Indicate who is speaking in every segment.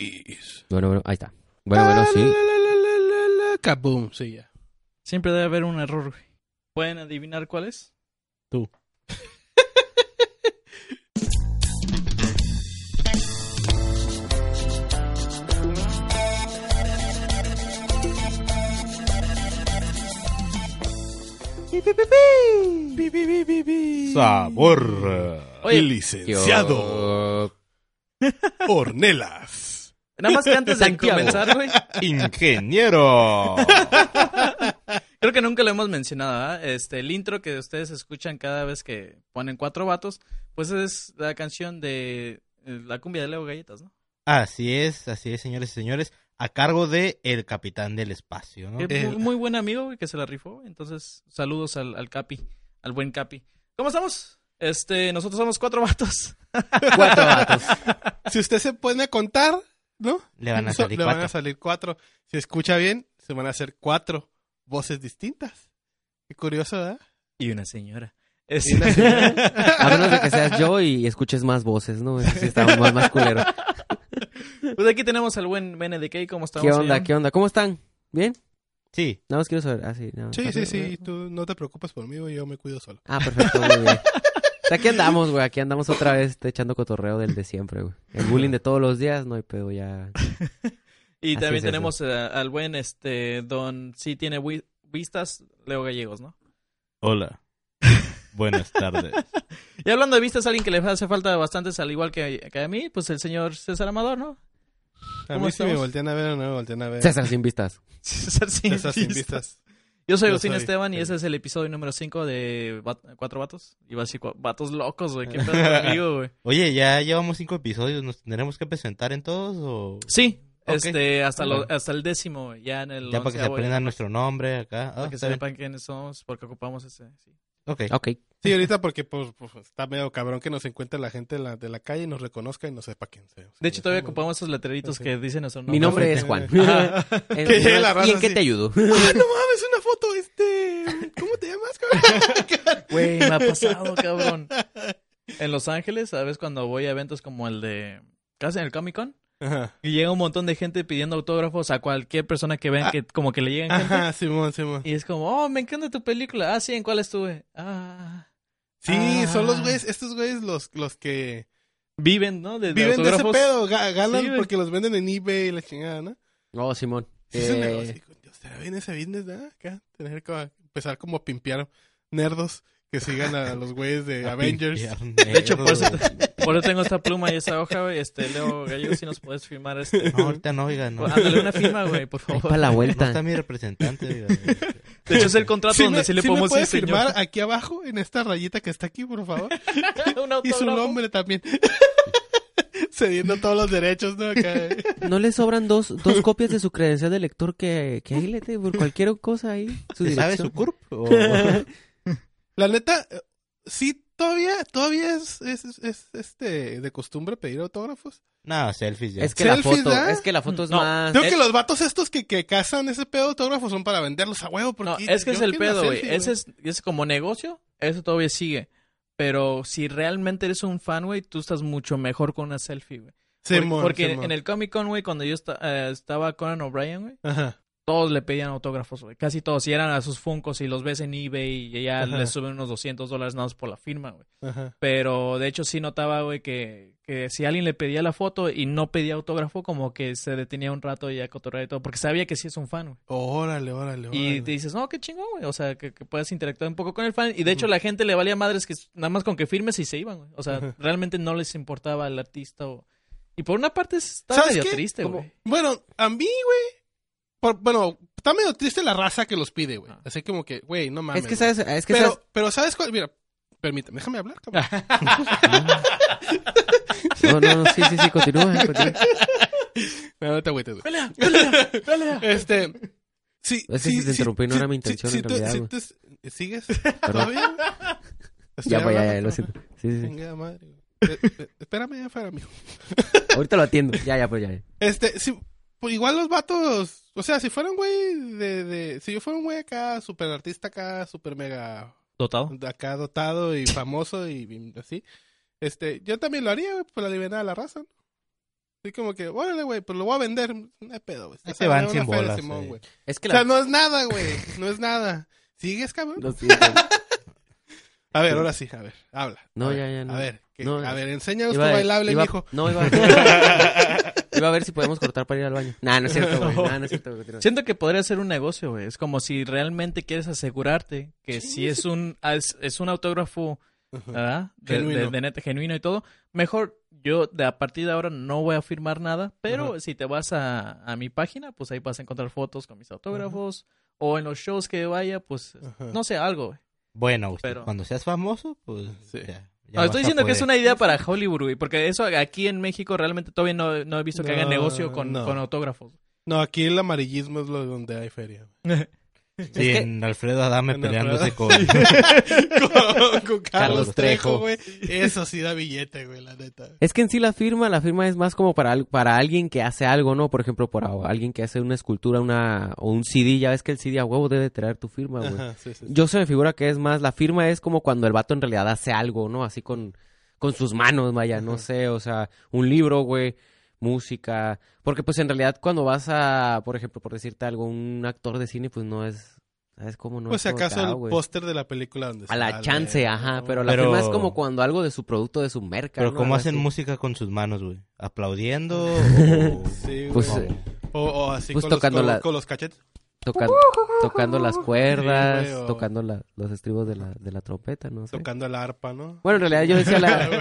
Speaker 1: Pompis.
Speaker 2: Bueno, bueno, ahí está. Bueno, bueno, sí.
Speaker 1: Kaboom, sí, ya.
Speaker 3: Siempre debe haber un error. güey. ¿Pueden adivinar cuál es?
Speaker 1: Tú. Sabor.
Speaker 3: Oye,
Speaker 1: Licenciado. Ornelas.
Speaker 3: Nada más que antes de
Speaker 2: Santiago.
Speaker 3: comenzar, güey.
Speaker 4: Ingeniero.
Speaker 3: Creo que nunca lo hemos mencionado, ¿verdad? Este, el intro que ustedes escuchan cada vez que ponen cuatro vatos, pues es la canción de eh, la cumbia de Leo Galletas, ¿no?
Speaker 4: Así es, así es, señores y señores. A cargo de el capitán del espacio, ¿no? Eh,
Speaker 3: Que
Speaker 1: El-
Speaker 3: muy, muy buen amigo güey, que se la rifó, güey. entonces saludos al, al Capi, al buen Capi. ¿Cómo estamos? Este, nosotros somos cuatro vatos.
Speaker 2: Cuatro vatos.
Speaker 1: Si usted se pone a contar, ¿no?
Speaker 4: Le van a
Speaker 1: So-
Speaker 4: salir
Speaker 1: le van
Speaker 4: cuatro.
Speaker 1: a salir cuatro. Si escucha bien, se van a hacer cuatro voces distintas. Qué curioso, ¿verdad?
Speaker 3: Y una señora. Es-
Speaker 1: Y una señora.
Speaker 2: A menos de que seas yo y escuches más voces, ¿no? Eso sí está más, más culero.
Speaker 3: Pues aquí tenemos al buen BNDK, ¿cómo estamos?
Speaker 2: ¿Qué onda?
Speaker 3: señor?
Speaker 2: ¿Qué onda? ¿Cómo están? ¿Bien?
Speaker 4: Sí,
Speaker 2: Nada más quiero saber. Ah, sí. nada más.
Speaker 1: Sí, sí, sí. Tú no te preocupes por mí, güey, yo me cuido solo.
Speaker 2: Ah, perfecto, muy bien. O sea, aquí andamos, güey. Aquí andamos otra vez este, echando cotorreo del de siempre, güey. El bullying de todos los días, no hay pedo ya.
Speaker 3: Y
Speaker 2: Así
Speaker 3: también
Speaker 2: es eso.
Speaker 3: tenemos eh, al buen, este, don, sí tiene wi- vistas, Leo Gallegos, ¿no?
Speaker 4: hola. Buenas tardes.
Speaker 3: Y hablando de vistas, alguien que le hace falta bastantes, al igual que, que a mí, pues el señor César Amador, ¿no?
Speaker 1: A
Speaker 3: ¿Cómo
Speaker 1: mí si me
Speaker 3: estamos?
Speaker 1: voltean a ver o no me voltean a ver.
Speaker 2: César sin vistas.
Speaker 3: César sin,
Speaker 1: César sin
Speaker 3: vistas.
Speaker 1: vistas.
Speaker 3: Yo soy
Speaker 1: Yo
Speaker 3: Agustín
Speaker 1: soy,
Speaker 3: Esteban y
Speaker 1: sí.
Speaker 3: ese es el episodio número 5 de Bat- Cuatro Vatos. Iba a decir cua- Vatos Locos, güey. ¿Qué pedo conmigo, güey?
Speaker 4: Oye, ya llevamos cinco episodios. ¿Nos tendremos que presentar en todos o...?
Speaker 3: Sí,
Speaker 4: Ok.
Speaker 3: este, hasta, lo-
Speaker 4: Bueno.
Speaker 3: hasta el décimo, güey, ya en el
Speaker 4: Ya para que se
Speaker 3: onceavo,
Speaker 4: aprendan nuestro nombre acá. Ah,
Speaker 3: para que
Speaker 4: está bien.
Speaker 3: sepan quiénes somos, porque ocupamos ese. sí.
Speaker 4: Ok.
Speaker 2: Ok.
Speaker 1: Sí, ahorita porque pues, pues, está medio cabrón que nos encuentre la gente de la, de la calle y nos reconozca y no sepa quién sea.
Speaker 3: De hecho, todavía ocupamos esos letreritos
Speaker 1: Sí.
Speaker 3: que dicen nuestro nombre.
Speaker 2: Mi nombre
Speaker 1: no,
Speaker 2: es
Speaker 1: no,
Speaker 2: Juan.
Speaker 1: no.
Speaker 2: En-
Speaker 1: Que llegue la raza
Speaker 2: ¿Y en qué
Speaker 1: así.
Speaker 2: te ayudo?
Speaker 1: ¡Ah, no mames! ¡Una foto! Este... ¿Cómo te llamas, cabrón?
Speaker 3: Güey, me ha pasado, cabrón. En Los Ángeles, a veces cuando voy a eventos como el de... Casi en el Comic Con.
Speaker 1: Ajá.
Speaker 3: Y llega un montón de gente pidiendo autógrafos a cualquier persona que
Speaker 1: Ah.
Speaker 3: vean que como que le llegan gente.
Speaker 1: Ajá, Simón, Simón.
Speaker 3: Y es como, oh, me encanta tu película. Ah, sí, ¿en cuál estuve? Ah.
Speaker 1: Sí,
Speaker 3: Ah.
Speaker 1: son los güeyes, estos güeyes los, los que
Speaker 3: Viven, ¿no? De, de
Speaker 1: viven de ese
Speaker 3: autógrafos.
Speaker 1: pedo, ga- ganan
Speaker 3: Sí, güey.
Speaker 1: porque los venden en eBay y la chingada, ¿no?
Speaker 2: Oh, Simón.
Speaker 1: Sí, es un
Speaker 2: Eh,
Speaker 1: negocio. Dios, ¿Será bien ese business, ¿verdad? Acá, tener como, empezar como a pimpear nerdos que sigan a los güeyes de
Speaker 4: A
Speaker 1: Avengers.
Speaker 4: pinchear
Speaker 3: De hecho, por
Speaker 4: negro,
Speaker 3: eso,
Speaker 4: güey.
Speaker 3: por eso tengo esta pluma y esta hoja, güey. Este, Leo Gallego, si nos puedes firmar este.
Speaker 4: No, ahorita no, oiga, no. No
Speaker 3: Ándale una firma, güey, por
Speaker 2: ahí
Speaker 3: favor.
Speaker 2: para la
Speaker 4: está
Speaker 2: vuelta.
Speaker 4: mi representante, oiga. este.
Speaker 3: De hecho, es el contrato
Speaker 1: Sí
Speaker 3: donde
Speaker 1: me-
Speaker 3: sí le
Speaker 1: sí me
Speaker 3: podemos
Speaker 1: puede
Speaker 3: decir, señor.
Speaker 1: firmar aquí abajo, en esta rayita que está aquí, por favor.
Speaker 3: Un
Speaker 1: Y su
Speaker 3: autógrafo.
Speaker 1: nombre también. Cediendo todos los derechos, ¿no? Acá.
Speaker 2: ¿No le sobran dos, dos copias de su credencial de lector que, que ahí le te- por cualquier cosa ahí? Su
Speaker 4: ¿Te sabe
Speaker 2: dirección?
Speaker 4: su CURP? O-
Speaker 1: La neta, eh, sí, todavía, todavía es, es, es- es, este, de costumbre pedir autógrafos.
Speaker 4: No, selfies ya.
Speaker 2: Es que
Speaker 1: Selfies,
Speaker 2: la foto,
Speaker 1: ¿da?
Speaker 2: es que la foto es
Speaker 3: No,
Speaker 2: más...
Speaker 1: Creo
Speaker 3: Ah, es-
Speaker 1: que los vatos estos que, que cazan ese pedo de autógrafos son para venderlos a huevo. Porque
Speaker 3: No, es que
Speaker 1: yo
Speaker 3: es el
Speaker 1: quiero una
Speaker 3: pedo, güey.
Speaker 1: selfie,
Speaker 3: Ese es, ese como negocio, eso todavía sigue. Pero si realmente eres un fan, güey, tú estás mucho mejor con una selfie, güey. Por-
Speaker 1: Simón,
Speaker 3: porque
Speaker 1: Simón.
Speaker 3: en el Comic Con, güey, cuando yo esta- eh, estaba Conan O'Brien, güey,
Speaker 1: Ajá.
Speaker 3: todos le pedían autógrafos, güey. Casi todos. Y eran a sus funcos y los ves en eBay y ya
Speaker 1: Ajá.
Speaker 3: les suben unos 200 dólares nada más por la firma, güey.
Speaker 1: Ajá.
Speaker 3: Pero de hecho sí notaba, güey, que, que si alguien le pedía la foto y no pedía autógrafo, como que se detenía un rato y a cotorrear y todo. Porque sabía que sí es un fan, güey.
Speaker 1: Órale, órale, órale.
Speaker 3: Y te dices, no, qué chingón, güey. O sea, que, que puedas interactuar un poco con el fan. Y de hecho, la gente le valía madres que nada más con que firmes y se iban, güey. O sea,
Speaker 1: Ajá.
Speaker 3: realmente no les importaba el artista. O... Y por una parte está
Speaker 1: ¿Sabes
Speaker 3: medio
Speaker 1: qué?
Speaker 3: triste,
Speaker 1: Como-
Speaker 3: güey.
Speaker 1: Bueno, a mí, güey. por- bueno, está medio triste la raza que los pide, güey.
Speaker 3: Ah.
Speaker 1: Así como que, güey, no mames.
Speaker 2: Es que
Speaker 1: güey.
Speaker 2: sabes, es que
Speaker 1: pero,
Speaker 2: sabes...
Speaker 1: pero ¿sabes cuál? Mira, permíteme, déjame hablar, cabrón.
Speaker 2: No, no, no, sí, sí, sí, continúa, continúa.
Speaker 1: No, no te agüites, güey.
Speaker 3: Pelea, pelea, pelea.
Speaker 1: Este. Sí,
Speaker 2: Es
Speaker 1: sí,
Speaker 2: que si te
Speaker 1: sí,
Speaker 2: interrumpí, no
Speaker 1: sí,
Speaker 2: era mi
Speaker 1: sí,
Speaker 2: intención,
Speaker 1: sí,
Speaker 2: en
Speaker 1: tú-
Speaker 2: realidad,
Speaker 1: sí,
Speaker 2: güey.
Speaker 1: tú- ¿Sigues?
Speaker 2: Perdón.
Speaker 1: ¿Todavía? Estoy
Speaker 2: Ya, pues, ya,
Speaker 1: hablando,
Speaker 2: ya, lo
Speaker 1: cabrón.
Speaker 2: siento. Sí, sí, sí.
Speaker 1: Chingada madre, güey. Eh, eh, Espérame afuera, mijo.
Speaker 2: Ahorita lo atiendo. Ya, ya, pues ya. ya.
Speaker 1: Este, si, pues, igual los vatos, o sea, si fueran güey de, de, si yo fuera un güey acá, super artista acá, super mega
Speaker 3: Dotado.
Speaker 1: acá dotado pues, y famoso y, y así, este, yo también lo haría, güey, por la libertad de la raza, ¿no? Así como que, órale, güey, pues lo voy a vender. No hay pedo, güey.
Speaker 4: Ahí
Speaker 1: O
Speaker 4: se
Speaker 1: sea,
Speaker 4: van
Speaker 1: era
Speaker 4: sin
Speaker 1: una feria,
Speaker 4: bolas,
Speaker 1: Simón,
Speaker 4: eh.
Speaker 1: güey.
Speaker 2: Es que
Speaker 1: O
Speaker 2: la...
Speaker 1: sea, no es nada, güey. No es nada. ¿Sigues, cabrón?
Speaker 2: Lo siento.
Speaker 1: A ver, ahora sí, a ver, habla.
Speaker 2: No,
Speaker 1: A
Speaker 2: ya,
Speaker 1: ver,
Speaker 2: ya, no.
Speaker 1: A ver, que-
Speaker 2: No, eh,
Speaker 1: a ver, enséñanos
Speaker 2: Iba-
Speaker 1: tu bailable,
Speaker 2: iba-
Speaker 1: mijo.
Speaker 2: No, iba a... iba a ver si podemos cortar para ir al baño. Nah, no es cierto, güey. Nah, no es cierto. güey. Continúa.
Speaker 3: Siento que podría ser un negocio, güey. Es como si realmente quieres asegurarte que si es un, ah, es, es un autógrafo, ¿verdad? De, de-
Speaker 1: Genuino.
Speaker 3: de neta, genuino y todo. Mejor yo de a partir de ahora no voy a firmar nada, pero si te vas a, a mi página, pues ahí vas a encontrar fotos con mis autógrafos. O en los shows que vaya, pues,
Speaker 1: Ajá.
Speaker 3: no sé, algo, güey.
Speaker 4: Bueno, usted,
Speaker 3: Pero-
Speaker 4: cuando seas famoso, pues.
Speaker 1: Sí.
Speaker 4: ya- ya
Speaker 3: No,
Speaker 4: vas
Speaker 3: estoy
Speaker 4: a
Speaker 3: diciendo que
Speaker 1: pues.
Speaker 3: es
Speaker 4: poder.
Speaker 3: una idea para Hollywood, güey, porque eso aquí en México realmente todavía no, no he visto que hagan
Speaker 1: No,
Speaker 3: negocio con,
Speaker 1: no.
Speaker 3: con autógrafos.
Speaker 1: No, aquí el amarillismo es lo donde hay feria.
Speaker 4: Sí,
Speaker 2: Es que-
Speaker 4: en Alfredo Adame
Speaker 1: En
Speaker 4: peleándose
Speaker 1: Alfredo.
Speaker 4: con.
Speaker 1: con, con Carlos
Speaker 4: Carlos
Speaker 1: Trejo,
Speaker 4: Trejo.
Speaker 1: güey. Eso sí da billete, güey, la neta.
Speaker 2: Es que en sí la firma, la firma es más como para, al- para alguien que hace algo, ¿no? Por ejemplo, para alguien que hace una escultura una, o un CD, ya ves que el CD a huevo debe traer tu firma, Ah, güey.
Speaker 1: Ajá, sí, sí, sí.
Speaker 2: Yo se me figura que es más, la firma es como cuando el vato en realidad hace algo, ¿no? Así con, con sus manos, vaya, no
Speaker 1: Ajá.
Speaker 2: sé, o sea, un libro, güey, música. Porque pues en realidad cuando vas a, por ejemplo, por decirte algo, un actor de cine, pues no es, ¿sabes cómo no
Speaker 1: Pues
Speaker 2: es
Speaker 1: si
Speaker 2: todo
Speaker 1: acaso
Speaker 2: acá,
Speaker 1: el
Speaker 2: güey?
Speaker 1: póster de la película donde
Speaker 2: A
Speaker 1: está,
Speaker 2: la
Speaker 1: güey.
Speaker 2: chance, ajá, pero la
Speaker 4: Pero-
Speaker 2: firma es como cuando algo de su producto, de su merca,
Speaker 4: Pero
Speaker 2: ¿no?
Speaker 4: ¿cómo
Speaker 2: Algo
Speaker 4: hacen
Speaker 2: así.
Speaker 4: música con sus manos, güey? ¿Aplaudiendo? o-
Speaker 1: Sí, güey.
Speaker 2: Pues,
Speaker 4: ¿Cómo?
Speaker 2: eh,
Speaker 1: O, o así
Speaker 2: Pues
Speaker 1: con, los,
Speaker 2: tocando
Speaker 1: con-
Speaker 2: la-
Speaker 1: con los cachetes.
Speaker 2: Tocan- tocando las cuerdas,
Speaker 1: Sí, güey, o-
Speaker 2: tocando la- los estribos de la, de la trompeta, no sé.
Speaker 1: Tocando el arpa, ¿no?
Speaker 2: Bueno, en realidad yo decía la...
Speaker 1: Güey.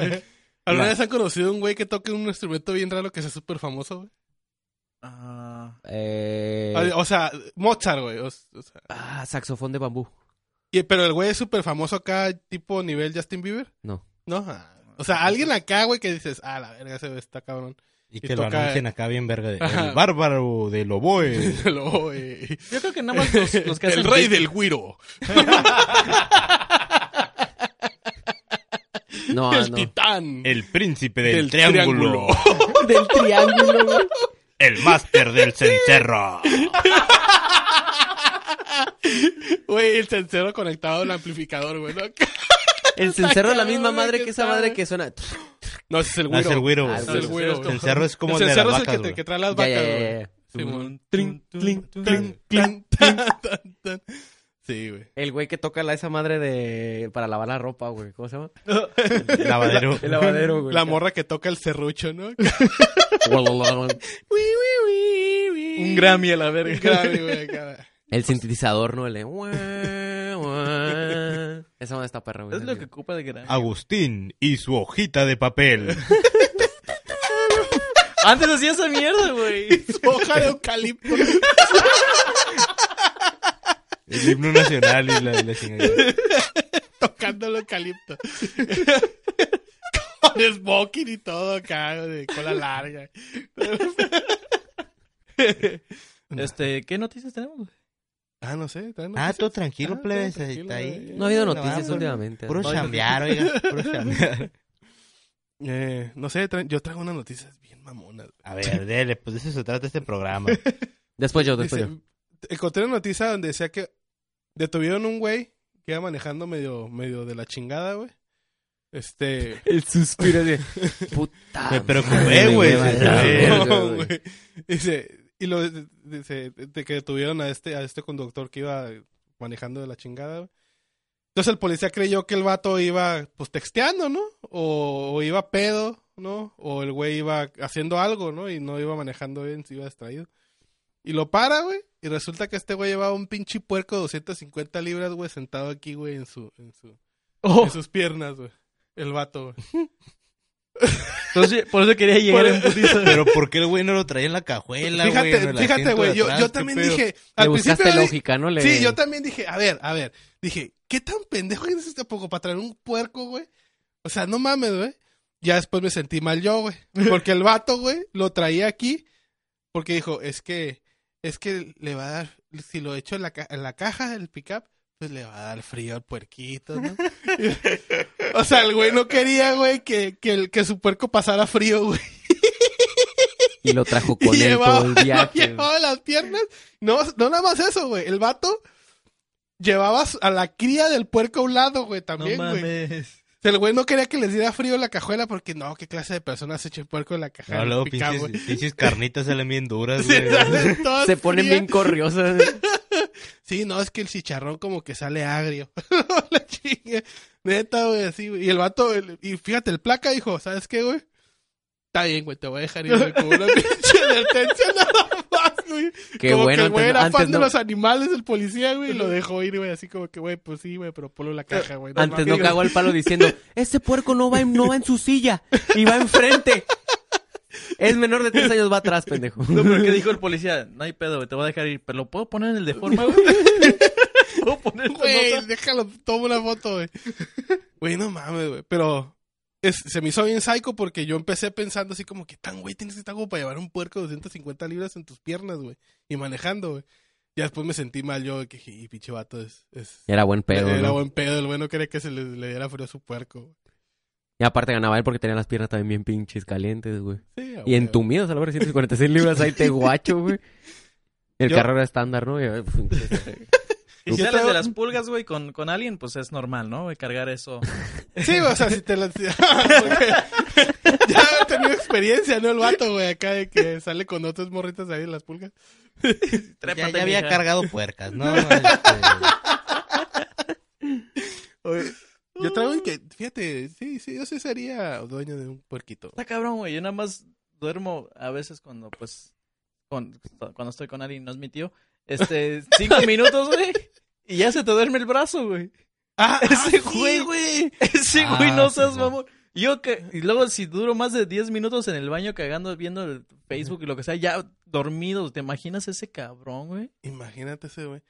Speaker 1: ¿Alguna
Speaker 2: la-
Speaker 1: vez han conocido un güey que toque un instrumento bien raro que sea súper famoso, güey?
Speaker 3: Ah,
Speaker 2: eh,
Speaker 1: O sea, Mozart, güey. O, o sea,
Speaker 2: ah, saxofón de bambú.
Speaker 1: y- pero el güey es súper famoso acá, tipo nivel Justin Bieber.
Speaker 2: No.
Speaker 1: No. ah. O sea, alguien acá, güey, que dices, ah, la verga, ese güey está cabrón.
Speaker 4: Y
Speaker 1: Y
Speaker 4: que lo
Speaker 1: toca-
Speaker 4: anuncien acá bien verga de.
Speaker 1: Ajá.
Speaker 4: El bárbaro de Loboe.
Speaker 1: Lo, güey.
Speaker 3: yo creo que nada más los, los que hacen
Speaker 1: eh, el rey
Speaker 3: beat-
Speaker 1: del güiro.
Speaker 2: No,
Speaker 1: el
Speaker 2: no.
Speaker 1: titán.
Speaker 4: El príncipe del,
Speaker 1: del
Speaker 4: triángulo.
Speaker 2: Del triángulo. güey.
Speaker 4: El máster del cencerro.
Speaker 1: Güey, el cencero conectado al amplificador, güey. No,
Speaker 2: El cencerro es la misma
Speaker 1: cabrón,
Speaker 2: madre
Speaker 1: que
Speaker 2: que esa
Speaker 1: sabe.
Speaker 2: madre que suena.
Speaker 1: No, ese es el
Speaker 4: No,
Speaker 1: güiro.
Speaker 4: es el güiro,
Speaker 2: Ah,
Speaker 1: No,
Speaker 2: el
Speaker 4: güey.
Speaker 1: ese es el
Speaker 2: güiro.
Speaker 1: güiro.
Speaker 4: El cencerro es como
Speaker 1: el
Speaker 4: el de las
Speaker 1: cencerro es el
Speaker 4: vacas,
Speaker 1: que, te-
Speaker 4: güey.
Speaker 1: que trae las
Speaker 2: Ya,
Speaker 1: vacas,
Speaker 2: ya, ya,
Speaker 1: güey.
Speaker 2: ya.
Speaker 1: Simón.
Speaker 2: Trin, trin,
Speaker 1: Clink, clink, clink, tan, tan. Sí, güey.
Speaker 2: El güey que toca la, esa madre de para lavar la ropa, güey. ¿Cómo se llama?
Speaker 4: Lavadero.
Speaker 2: El lavadero, güey.
Speaker 1: La morra que toca el serrucho, ¿no?
Speaker 3: Un Grammy a la verga.
Speaker 1: Grave, güey, acá.
Speaker 2: El sintetizador, ¿no? El de... Esa madre está perra, güey.
Speaker 3: Es lo que ocupa de Grammy.
Speaker 4: Agustín y su hojita de papel.
Speaker 3: Antes hacía esa mierda, güey.
Speaker 1: Hoja de eucalipto.
Speaker 4: El himno nacional y la, la chingada.
Speaker 1: tocando el eucalipto. Con smoking y todo acá, de cola larga.
Speaker 3: Este, ¿qué noticias tenemos? güey?
Speaker 1: Ah, no sé. todavía no
Speaker 4: Ah,
Speaker 1: sé.
Speaker 4: todo eh.
Speaker 1: Ah,
Speaker 4: tranquilo,
Speaker 1: todo
Speaker 4: plebes.
Speaker 1: tranquilo,
Speaker 4: está ahí.
Speaker 1: güey.
Speaker 2: No ha habido
Speaker 4: Lo
Speaker 2: noticias
Speaker 4: vamos,
Speaker 2: últimamente.
Speaker 4: Puro
Speaker 2: No,
Speaker 4: chambear, oiga. Puro chambear.
Speaker 1: Eh, no sé, tra- yo traigo unas noticias bien mamonas.
Speaker 4: A ver, dele, pues de eso se trata este programa.
Speaker 2: Después yo, después
Speaker 1: Dice,
Speaker 2: yo.
Speaker 1: encontré una noticia donde decía que detuvieron un güey que iba manejando medio, medio de la chingada, güey. Este.
Speaker 2: El suspiro de... Puta.
Speaker 4: Me preocupé,
Speaker 2: madre,
Speaker 4: güey.
Speaker 2: me vale
Speaker 4: Sí,
Speaker 2: la
Speaker 4: verga,
Speaker 2: verga,
Speaker 1: No,
Speaker 2: güey.
Speaker 1: güey. Dice, y lo dice, de que detuvieron a este, a este conductor que iba manejando de la chingada. güey. Entonces el policía creyó que el vato iba pues texteando, ¿no? O, o iba pedo, ¿no? O el güey iba haciendo algo, ¿no? Y no iba manejando bien, se iba distraído. Y lo para, güey. Y resulta que este güey llevaba un pinche puerco de 250 libras, güey, sentado aquí, güey, en su, en su, en sus piernas, güey. El vato, güey.
Speaker 3: Entonces, por eso quería llegar en
Speaker 2: Pues
Speaker 3: putiza.
Speaker 4: Pero ¿por qué el güey no lo traía en la cajuela, güey?
Speaker 1: Fíjate,
Speaker 4: en el
Speaker 1: fíjate,
Speaker 4: asiento
Speaker 1: güey.
Speaker 4: de
Speaker 1: Yo,
Speaker 4: atrás?
Speaker 1: yo
Speaker 4: ¿Qué
Speaker 1: también
Speaker 4: pedo?
Speaker 1: dije.
Speaker 2: Le
Speaker 1: Al principio.
Speaker 2: buscaste
Speaker 1: yo di-
Speaker 2: lógica, ¿no? Le...
Speaker 1: Sí, yo también dije, a ver, a ver. Dije, ¿qué tan pendejo eres este poco para traer un puerco, güey? O sea, no mames, güey. Ya después me sentí mal yo, güey. Porque el vato, güey, lo traía aquí. Porque dijo, es que. Es que le va a dar. Si lo echo en la, ca- en la caja del pickup, pues le va a dar frío al puerquito, ¿no? o sea, el güey no quería, güey, que, que, el- que su puerco pasara frío, güey.
Speaker 2: Y lo trajo
Speaker 1: Y
Speaker 2: con él
Speaker 1: llevaba,
Speaker 2: todo el
Speaker 1: lo
Speaker 2: viaje.
Speaker 1: llevaba en las piernas. No, no nada más eso, güey. El vato llevaba a su- a la cría del puerco a un lado, güey,
Speaker 3: No
Speaker 1: también, güey.
Speaker 3: mames.
Speaker 1: sea, el güey no quería que les diera frío la cajuela porque no, qué clase de personas se echa el puerco en la caja.
Speaker 4: No,
Speaker 1: del
Speaker 4: luego
Speaker 1: picado,
Speaker 4: pinches,
Speaker 1: güey.
Speaker 4: pinches carnitas salen bien duras,
Speaker 1: Sí,
Speaker 4: güey.
Speaker 1: salen todas
Speaker 2: Se ponen
Speaker 1: frías.
Speaker 2: bien corriosas.
Speaker 1: Sí, no, es que el chicharrón como que sale agrio. la chinga. Neta, güey, así, güey. Y el vato, el- y fíjate, el placa dijo, ¿sabes qué, güey? Está bien, güey, te voy a dejar ir güey, como una pinche advertencia nada más, güey.
Speaker 2: Qué
Speaker 1: como
Speaker 2: bueno.
Speaker 1: que el güey era
Speaker 2: antes
Speaker 1: fan
Speaker 2: no,
Speaker 1: de los animales, el policía, güey, y lo dejó ir, güey, así como que, güey, pues sí, güey, pero ponlo en la caja, güey.
Speaker 2: antes no
Speaker 1: mames.
Speaker 2: cagó al palo diciendo, este puerco no va, en, no va en su silla y va enfrente. Es menor de tres años, va atrás, pendejo.
Speaker 3: No, pero ¿qué dijo el policía? No hay pedo, güey, te voy a dejar ir. ¿Pero lo puedo poner en el de forma, güey? ¿Puedo poner en
Speaker 1: Güey,
Speaker 3: nota?
Speaker 1: déjalo, toma una foto, güey. Güey, no mames, güey. Pero es- se me hizo bien psycho porque yo empecé pensando así como que tan, güey, tienes que estar como para llevar un puerco de 250 libras en tus piernas, güey. Y manejando, güey. Ya después me sentí mal yo, que dije, y pinche vato, es... es
Speaker 2: Era buen pedo.
Speaker 1: era
Speaker 2: ¿no?
Speaker 1: buen pedo, el bueno quería que se le, le diera frío a su puerco.
Speaker 2: Y aparte ganaba él porque tenía las piernas también bien pinches calientes, güey.
Speaker 1: Sí, a
Speaker 3: Ah,
Speaker 2: Y
Speaker 1: huevo.
Speaker 2: entumidos, a la hora 146 libras, ahí te guacho, güey. El
Speaker 1: Yo-
Speaker 2: carro era estándar, ¿no? Y, eh, pinches-
Speaker 3: Y si
Speaker 1: Yo
Speaker 3: sales
Speaker 1: te-
Speaker 3: de las pulgas, güey, con, con alguien, pues es normal, ¿no? Güey, cargar eso.
Speaker 1: Sí, o sea, si te la... Porque ya he tenido experiencia, ¿no? El vato, güey, acá de que sale con otras morritas ahí en las pulgas.
Speaker 4: Ya,
Speaker 3: Trépate,
Speaker 4: ya había
Speaker 3: mija.
Speaker 4: cargado puercas, ¿no? Este,
Speaker 1: Oye, yo traigo el que, fíjate, sí, sí, yo sí sería dueño de un puerquito.
Speaker 3: Está cabrón, güey. Yo nada más duermo a veces cuando, pues, con- cuando estoy con alguien, no es mi tío. Este, cinco minutos, güey. Y ya se te duerme el brazo, güey.
Speaker 1: Ah,
Speaker 3: Ese güey, güey. Ese
Speaker 4: Ah,
Speaker 3: güey, no
Speaker 4: sí,
Speaker 3: seas
Speaker 4: sí.
Speaker 3: mamón. Yo que, y luego si duro más de 10 minutos en el baño cagando, viendo el Facebook y lo que sea, ya dormido, ¿te imaginas ese cabrón, güey?
Speaker 1: Imagínate ese güey.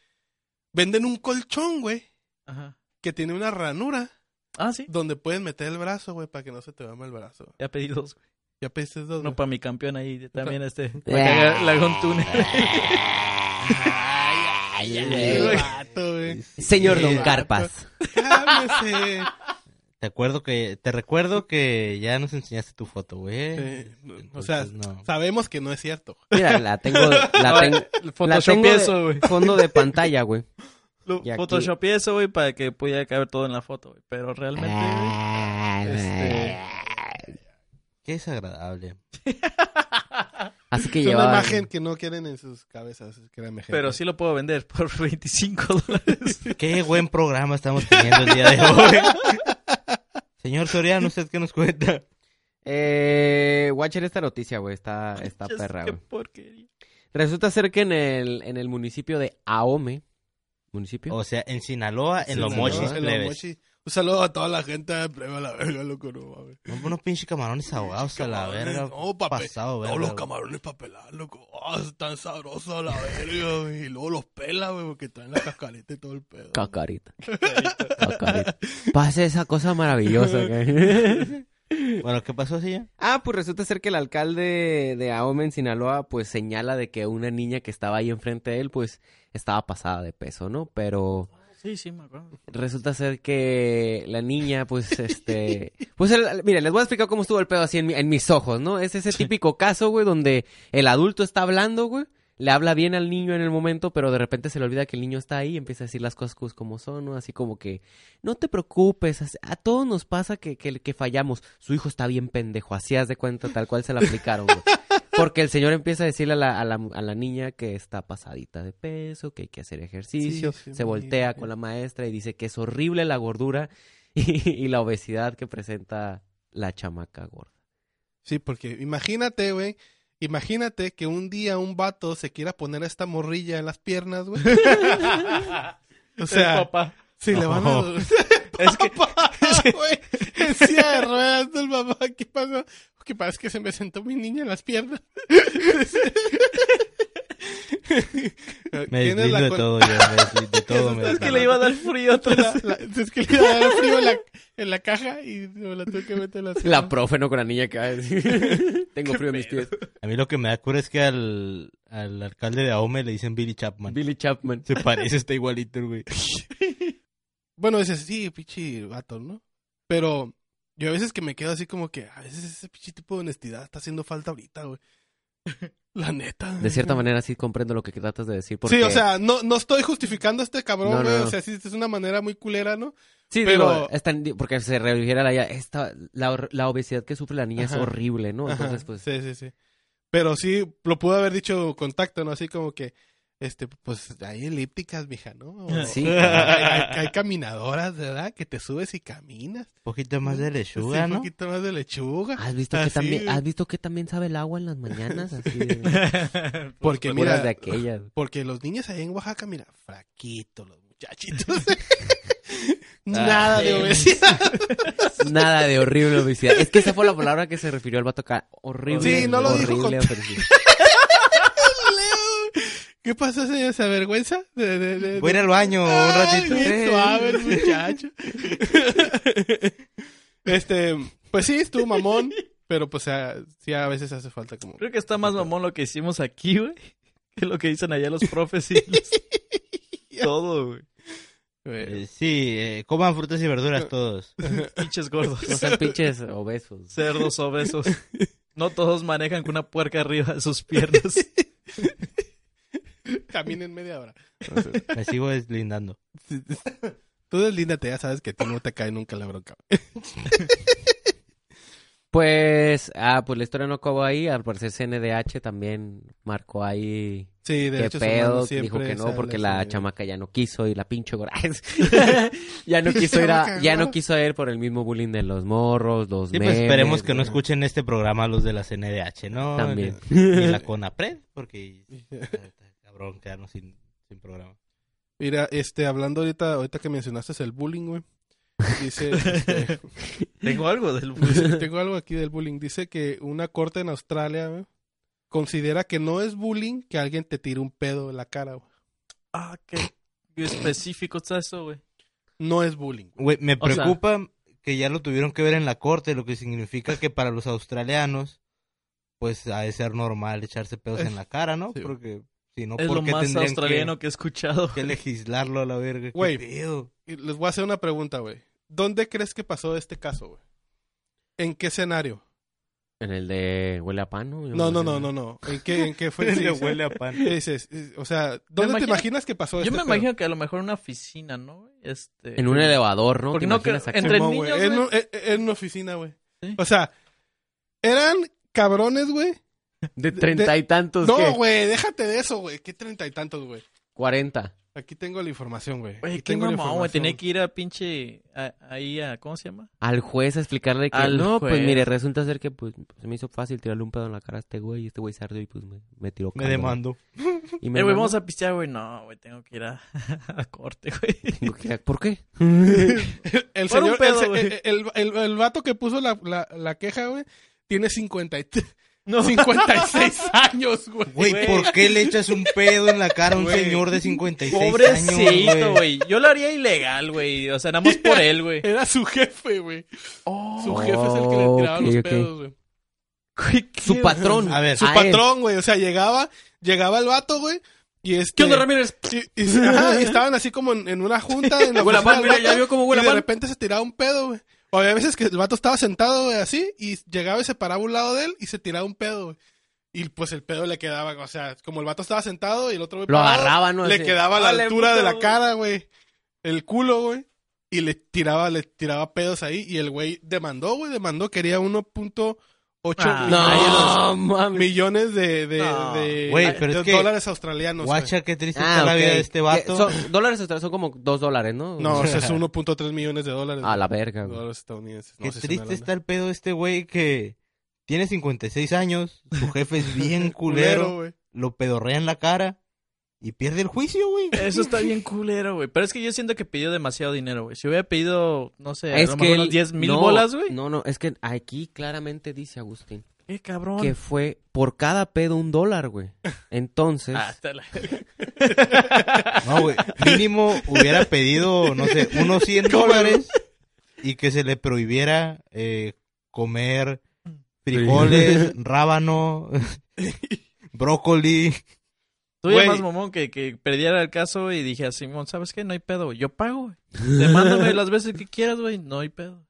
Speaker 1: Venden un colchón, güey,
Speaker 3: Ajá.
Speaker 1: que tiene una ranura
Speaker 3: Ah, sí.
Speaker 1: donde puedes meter el brazo, güey, para que no se te duerma el brazo.
Speaker 3: Ya pedí dos, güey.
Speaker 1: Ya pediste dos.
Speaker 3: Uno
Speaker 1: No,
Speaker 3: para mi campeón ahí, también este.
Speaker 2: Ah.
Speaker 3: Para cagar la Gontune.
Speaker 4: ay,
Speaker 2: güey.
Speaker 4: güey.
Speaker 1: vato, güey.
Speaker 2: Señor
Speaker 4: Sí,
Speaker 2: Don
Speaker 1: vato.
Speaker 2: Carpas.
Speaker 1: Cálmese.
Speaker 4: Te acuerdo que, te recuerdo que ya nos enseñaste tu foto, güey.
Speaker 1: Eh, no, o
Speaker 4: Entonces, pues,
Speaker 1: sea,
Speaker 4: no.
Speaker 1: sabemos que no es cierto.
Speaker 2: Mira, la tengo, la tengo, la tengo
Speaker 3: Photoshop
Speaker 2: de-
Speaker 3: eso, güey.
Speaker 2: fondo de pantalla, güey.
Speaker 3: Lo
Speaker 2: Y aquí-
Speaker 3: photoshopeé eso, güey, para que pudiera caber todo en la foto, güey. Pero realmente,
Speaker 2: Eh.
Speaker 3: güey, este,
Speaker 4: Qué desagradable.
Speaker 2: Así que
Speaker 1: Es una
Speaker 2: llevaba...
Speaker 1: imagen que no quieren en sus cabezas, créanme, gente.
Speaker 3: pero sí lo puedo vender por 25 dólares.
Speaker 4: Qué buen programa estamos teniendo el día de hoy. Señor Soriano, ¿usted qué nos cuenta?
Speaker 2: Eh, Watcher, esta noticia, güey, está, está
Speaker 3: Just
Speaker 2: perra,
Speaker 3: Qué
Speaker 2: güey.
Speaker 3: porquería.
Speaker 2: Resulta ser que en el, en el municipio de Ahome, municipio,
Speaker 4: O sea, en Sinaloa, en
Speaker 1: Sí,
Speaker 4: los
Speaker 1: ¿no?
Speaker 4: mochis,
Speaker 1: En los
Speaker 4: plebes.
Speaker 1: mochis. Un saludo a toda la gente de plebe a la verga, loco, no mames.
Speaker 4: No, unos pinches camarones ahogados a la
Speaker 1: Camarones,
Speaker 4: verga.
Speaker 1: no, papi.
Speaker 4: Pasado, verga.
Speaker 1: Todos los
Speaker 4: güey.
Speaker 1: camarones para pelar, loco. Ah, están sabrosos a la verga, güey. Y luego los pela, güey, porque traen la cascarita y todo el pedo.
Speaker 2: cacarita. Cacarita. Pase esa cosa maravillosa, güey.
Speaker 4: Bueno, ¿qué pasó, señor?
Speaker 2: Ah, pues resulta ser que el alcalde de Ahome en Sinaloa, pues señala de que una niña que estaba ahí enfrente de él, pues estaba pasada de peso, ¿no? Pero
Speaker 3: Sí, sí, me acuerdo.
Speaker 2: resulta ser que la niña, pues, este... Pues, el- mira, les voy a explicar cómo estuvo el pedo así en, mi- en mis ojos, ¿no? Es ese típico caso, güey, donde el adulto está hablando, güey, le habla bien al niño en el momento, pero de repente se le olvida que el niño está ahí y empieza a decir las cosas cos- como son, ¿no? Así como que, no te preocupes, as- a todos nos pasa que, que, que fallamos. Su hijo está bien pendejo, así haz de cuenta, tal cual se la aplicaron, güey. Porque el señor empieza a decirle a la, a la- a la niña que está pasadita de peso, que hay que hacer ejercicio,
Speaker 1: Sí, sí,
Speaker 2: se
Speaker 1: me
Speaker 2: voltea
Speaker 1: imagino.
Speaker 2: con la maestra y dice que es horrible la gordura y, y la obesidad que presenta la chamaca gorda.
Speaker 1: Sí, porque imagínate, güey. Imagínate que un día un vato se quiera poner a esta morrilla en las piernas, güey. o
Speaker 3: El
Speaker 1: sea,
Speaker 3: papá.
Speaker 1: si le van a...
Speaker 4: No.
Speaker 3: Es que
Speaker 1: Papá, güey. En silla de ruedas, el papá, ¿qué pasó? Que pasa es que se me sentó mi niña en las piernas.
Speaker 4: Me
Speaker 1: Tienes
Speaker 4: deslindo
Speaker 1: la
Speaker 4: de
Speaker 1: con-
Speaker 4: todo, yo. Me deslindo de todo. me
Speaker 3: es que
Speaker 4: deslindo.
Speaker 3: le iba a dar frío
Speaker 1: La-
Speaker 3: atrás.
Speaker 1: la- es que le iba a dar frío en la, en la caja y me la tuve que meter en la
Speaker 2: La profe, no con la niña que va a decir, tengo frío en mis pies.
Speaker 4: A mí lo que me da cura es que al, al alcalde de Ahome le dicen Billy Chapman.
Speaker 2: Billy Chapman.
Speaker 4: Se parece, está igualito, güey.
Speaker 1: Bueno, dices, sí, pinche vato, ¿no? Pero yo a veces que me quedo así como que a veces ese pinche tipo de honestidad está haciendo falta ahorita, güey. La neta.
Speaker 2: De cierta manera sí comprendo lo que tratas de decir. Porque...
Speaker 1: Sí, o sea, no, no estoy justificando a este cabrón,
Speaker 2: No, no,
Speaker 1: güey.
Speaker 2: no.
Speaker 1: O sea, sí, es una manera muy culera, ¿no?
Speaker 2: Sí,
Speaker 1: pero-
Speaker 2: digo, es tan- porque se reviviera la, esta, la, or- la obesidad que sufre la niña es
Speaker 1: Ajá.
Speaker 2: horrible, ¿no?
Speaker 1: Ajá,
Speaker 2: Entonces, pues...
Speaker 1: Sí, sí, sí. Pero sí, lo pudo haber dicho contacto, ¿no? Así como que, este, pues hay elípticas, mija, ¿no? O-
Speaker 2: Sí,
Speaker 1: hay,
Speaker 2: claro.
Speaker 1: hay- hay caminadoras, ¿verdad? Que te subes y caminas.
Speaker 4: poquito más de lechuga,
Speaker 1: Sí,
Speaker 4: ¿no?
Speaker 1: Un poquito más de lechuga.
Speaker 2: ¿Has visto, que
Speaker 1: Así,
Speaker 2: también,
Speaker 1: güey.
Speaker 2: ¿Has visto que también sabe el agua en las mañanas? Así de...
Speaker 1: Porque
Speaker 2: puras
Speaker 1: mira,
Speaker 2: pues, de aquellas.
Speaker 1: porque los niños ahí en Oaxaca, mira, fraquitos los muchachitos. Nada
Speaker 3: Ah,
Speaker 1: de
Speaker 3: sí.
Speaker 1: obesidad.
Speaker 2: Nada de horrible obesidad. Es que esa fue la palabra que se refirió el vato acá. Horrible.
Speaker 1: Sí, no lo dijo
Speaker 2: horrible
Speaker 1: con-
Speaker 2: obesidad.
Speaker 1: Leo, ¿Qué pasó, señor? ¿Se avergüenza? De, de, de- de-
Speaker 4: Voy a ir al baño un
Speaker 1: Ay,
Speaker 4: ratito. Eh.
Speaker 1: bien suave el muchacho. este, pues sí, estuvo mamón, pero pues a- sí a veces hace falta como...
Speaker 3: Creo que está más mamón lo que hicimos aquí, güey, que lo que dicen allá los profes y los- todo, güey.
Speaker 1: eh,
Speaker 4: Eh, Sí, eh, coman frutas y verduras todos.
Speaker 3: Pinches gordos.
Speaker 2: No sean pinches obesos.
Speaker 3: Cerdos obesos. No todos manejan con una puerca arriba de sus piernas.
Speaker 1: caminen media hora.
Speaker 4: Me sigo deslindando.
Speaker 1: Tú deslíndate, ya sabes que a ti no te cae nunca la bronca.
Speaker 2: Pues, ah, pues la historia no acabó ahí. Al parecer CNDH también marcó ahí
Speaker 1: Sí, de
Speaker 2: qué
Speaker 1: hecho,
Speaker 2: pedo. Dijo que no porque la chamaca ya no quiso y la pinche gorra. ya no quiso ir a, ya no quiso ir por el mismo bullying de los morros, los
Speaker 4: Sí, pues esperemos
Speaker 2: memes,
Speaker 4: que no
Speaker 2: ¿no?
Speaker 4: escuchen este programa los de la CNDH, ¿no?
Speaker 2: También.
Speaker 4: Ni la Conapred, porque está cabrón quedarnos sin, sin programa.
Speaker 1: Mira, este, hablando ahorita, ahorita que mencionaste el bullying, güey. Dice, este,
Speaker 3: Tengo algo del
Speaker 1: Dice, tengo algo aquí del bullying. Dice que una corte en Australia güey, considera que no es bullying que alguien te tire un pedo en la cara. güey.
Speaker 3: Ah, qué qué específico está eso, güey.
Speaker 1: No es bullying. güey.
Speaker 4: Güey, me
Speaker 3: O sea-
Speaker 4: preocupa que ya lo tuvieron que ver en la corte, lo que significa que para los australianos, pues ha de ser normal echarse pedos en la cara, ¿no?
Speaker 1: Sí.
Speaker 4: Porque si no,
Speaker 3: Es
Speaker 4: ¿por
Speaker 3: lo
Speaker 4: qué
Speaker 3: más
Speaker 4: tendrían que-
Speaker 3: australiano que, he escuchado.
Speaker 4: que legislarlo a la verga? ¿Qué
Speaker 1: Güey.
Speaker 4: pedo?
Speaker 1: Y Les voy a hacer una pregunta, güey. ¿Dónde crees que pasó este caso, güey? ¿En qué escenario?
Speaker 2: En el de huele a pan, ¿no? Yo
Speaker 1: No, no,
Speaker 2: sé.
Speaker 1: no, no, no. ¿En qué, en qué fue? Sí,
Speaker 4: Le
Speaker 1: sí.
Speaker 4: huele a pan.
Speaker 1: ¿Qué dices? Eh, O sea, ¿dónde te
Speaker 3: imagino-
Speaker 1: imaginas que pasó
Speaker 3: Yo
Speaker 1: este
Speaker 3: me
Speaker 1: pedo?
Speaker 3: imagino que a lo mejor en una oficina, ¿no? Este,
Speaker 2: En un elevador, ¿no?
Speaker 3: Porque
Speaker 2: ¿Te
Speaker 3: no
Speaker 2: imaginas
Speaker 3: creo-
Speaker 2: acá?
Speaker 3: entre
Speaker 1: Simón, güey.
Speaker 3: niños,
Speaker 1: En,
Speaker 3: güey.
Speaker 1: un- en- en una oficina, güey.
Speaker 3: Sí.
Speaker 1: O sea, eran cabrones, güey.
Speaker 2: De treinta y tantos,
Speaker 1: No,
Speaker 2: ¿qué?
Speaker 1: güey, déjate de eso, güey. ¿Qué treinta y tantos, güey?
Speaker 2: Cuarenta.
Speaker 1: Aquí tengo la información, güey.
Speaker 3: Güey,
Speaker 1: Aquí
Speaker 3: qué
Speaker 1: tengo la
Speaker 3: mamón, güey.
Speaker 1: información.
Speaker 3: Tenía que ir a pinche. a- ahí a. ¿Cómo se llama?
Speaker 2: Al juez a explicarle que
Speaker 3: Al
Speaker 2: no, pues
Speaker 3: juez.
Speaker 2: mire, resulta ser que pues, se me hizo fácil tirarle un pedo en la cara a este güey y este güey se ardió y pues me, me tiró.
Speaker 4: Me
Speaker 2: caldo".
Speaker 4: demando.
Speaker 2: Y me
Speaker 3: Eh, güey,
Speaker 2: demandó.
Speaker 3: vamos a pistear, güey. No, güey, tengo que ir a, a corte, güey.
Speaker 2: Tengo que- ¿Por qué?
Speaker 1: El
Speaker 3: Por un
Speaker 1: señor, el
Speaker 3: pedo,
Speaker 1: se-
Speaker 3: güey.
Speaker 1: el, el- el- el vato que puso la, la, la queja, güey, tiene 53
Speaker 3: No.
Speaker 1: 56 años, güey.
Speaker 4: Güey,
Speaker 3: Güey.
Speaker 4: ¿por qué le echas un pedo en la cara a un
Speaker 1: Güey.
Speaker 4: señor de 56 años,
Speaker 3: Pobrecito,
Speaker 4: güey?
Speaker 3: güey. Yo lo haría ilegal, güey. O sea, nada más por él, güey.
Speaker 1: Era su jefe, güey.
Speaker 3: Oh,
Speaker 1: Su jefe es el que le tiraba
Speaker 2: ok,
Speaker 1: los
Speaker 2: ok.
Speaker 1: pedos, güey.
Speaker 3: Güey, qué-
Speaker 2: Su patrón.
Speaker 4: A ver.
Speaker 1: Su
Speaker 3: Ah,
Speaker 2: A él.
Speaker 1: patrón, güey. O sea, llegaba, llegaba el vato, güey. Y este,
Speaker 3: ¿Qué onda, Ramírez?
Speaker 1: y, y- ajá, y estaban así como en, en una junta. En la
Speaker 3: Huele a pan,
Speaker 1: oficina del
Speaker 3: mira, ya
Speaker 1: vato,
Speaker 3: vio cómo huele
Speaker 1: Y
Speaker 3: a
Speaker 1: de
Speaker 3: pan.
Speaker 1: repente se tiraba un pedo, güey. O había veces que el vato estaba sentado, güey, así. Y llegaba y se paraba a un lado de él y se tiraba un pedo, güey. Y pues el pedo le quedaba, o sea, como el vato estaba sentado y el otro güey
Speaker 2: Lo
Speaker 1: parado,
Speaker 2: agarraba, ¿no?
Speaker 1: le
Speaker 2: Así.
Speaker 1: quedaba a la
Speaker 3: Vale,
Speaker 1: altura de la
Speaker 3: puto.
Speaker 1: cara, güey. El culo, güey. Y le tiraba, le tiraba pedos ahí. Y el güey demandó, güey, demandó. Quería 1.8
Speaker 3: Ah, Ahí en
Speaker 2: No, mami.
Speaker 1: millones de, de,
Speaker 3: No.
Speaker 1: de-
Speaker 4: Güey,
Speaker 1: de
Speaker 4: pero es que-
Speaker 1: dólares australianos. güey.
Speaker 4: Guacha, qué triste
Speaker 2: Ah,
Speaker 4: está la
Speaker 2: ok.
Speaker 4: vida de este vato.
Speaker 2: ¿Qué- Son, dólares australianos son como dos dólares, ¿no?
Speaker 1: No, o sea, es 1.3 millones de dólares.
Speaker 2: A la
Speaker 1: güey.
Speaker 2: verga, güey.
Speaker 1: Dólares estadounidenses. No,
Speaker 4: Qué
Speaker 1: sí es una
Speaker 4: triste
Speaker 1: lana.
Speaker 4: está el pedo de este güey que tiene 56 años, su jefe es bien
Speaker 1: Culero,
Speaker 4: culero,
Speaker 1: güey.
Speaker 4: lo pedorrea en la cara y pierde el juicio, güey.
Speaker 3: Eso está bien culero, güey. Pero es que yo siento que pidió demasiado dinero, güey. Si hubiera pedido, no sé, a
Speaker 2: Es
Speaker 3: lo
Speaker 2: que
Speaker 3: mejor
Speaker 2: él-
Speaker 3: unos 10 mil
Speaker 2: no,
Speaker 3: bolas, güey.
Speaker 2: No, no, es que aquí claramente dice Agustín
Speaker 3: Qué cabrón.
Speaker 2: que fue por cada pedo un dólar, güey. Entonces,
Speaker 3: Ah, está la-
Speaker 4: No, güey, mínimo hubiera pedido, no sé, unos 100 dólares y que se le prohibiera eh, comer frijoles, rábano, brócoli.
Speaker 3: Tú ya
Speaker 1: Güey.
Speaker 3: más mamón que, que perdiera el caso y dije a Simón, ¿sabes qué? No hay pedo, güey. Yo pago, güey. Demándame las veces que quieras, güey. No hay pedo.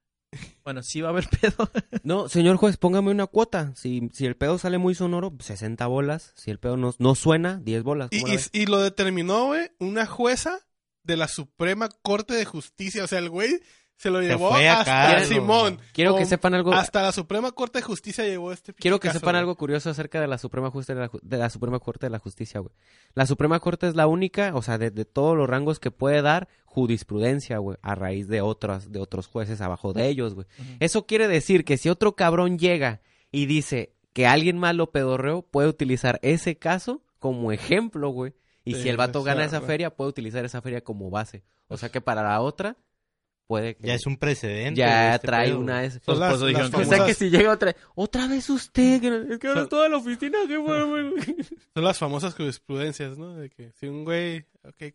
Speaker 3: Bueno, sí va a haber pedo.
Speaker 2: No, señor juez, póngame una cuota. Si, si el pedo sale muy sonoro, 60 bolas. Si el pedo no, no suena, 10 bolas. ¿Cómo
Speaker 1: Y,
Speaker 2: la
Speaker 1: y-
Speaker 2: ves?
Speaker 1: y lo determinó, güey, una jueza de la Suprema Corte de Justicia. O sea, el güey se lo llevó
Speaker 4: fue a
Speaker 1: hasta
Speaker 4: Carlos.
Speaker 1: ah, Simón.
Speaker 2: Quiero que
Speaker 1: Con-
Speaker 2: sepan algo.
Speaker 1: Hasta la Suprema Corte de Justicia llevó este pinche
Speaker 2: Quiero que
Speaker 1: caso,
Speaker 2: sepan
Speaker 1: güey.
Speaker 2: algo curioso acerca de la Suprema Justicia de la, Ju- de la Suprema Corte de la Justicia, güey. La Suprema Corte es la única, o sea, de, de todos los rangos que puede dar jurisprudencia, güey, a raíz de otras de otros jueces abajo de ellos, güey. Eso quiere decir que si otro cabrón llega y dice que alguien más lo pedorreó, puede utilizar ese caso como ejemplo, güey. Y
Speaker 1: Sí,
Speaker 2: si el vato
Speaker 1: o
Speaker 2: gana
Speaker 1: sea,
Speaker 2: esa
Speaker 1: güey.
Speaker 2: feria, puede utilizar esa feria como base. O sea que para la otra, puede que
Speaker 4: Ya es un precedente.
Speaker 2: ya
Speaker 4: güey, este
Speaker 2: trae
Speaker 4: pedo,
Speaker 2: una... es-
Speaker 1: Son
Speaker 3: Pues,
Speaker 1: las-
Speaker 3: pues, dijeron
Speaker 1: las
Speaker 3: que-
Speaker 2: o sea que
Speaker 1: famosas-
Speaker 2: si llega otra otra vez usted, que no- es que ahora
Speaker 1: Son-
Speaker 2: toda la oficina, qué bueno. güey.
Speaker 1: Son las famosas jurisprudencias, ¿no? De que si un güey. ok,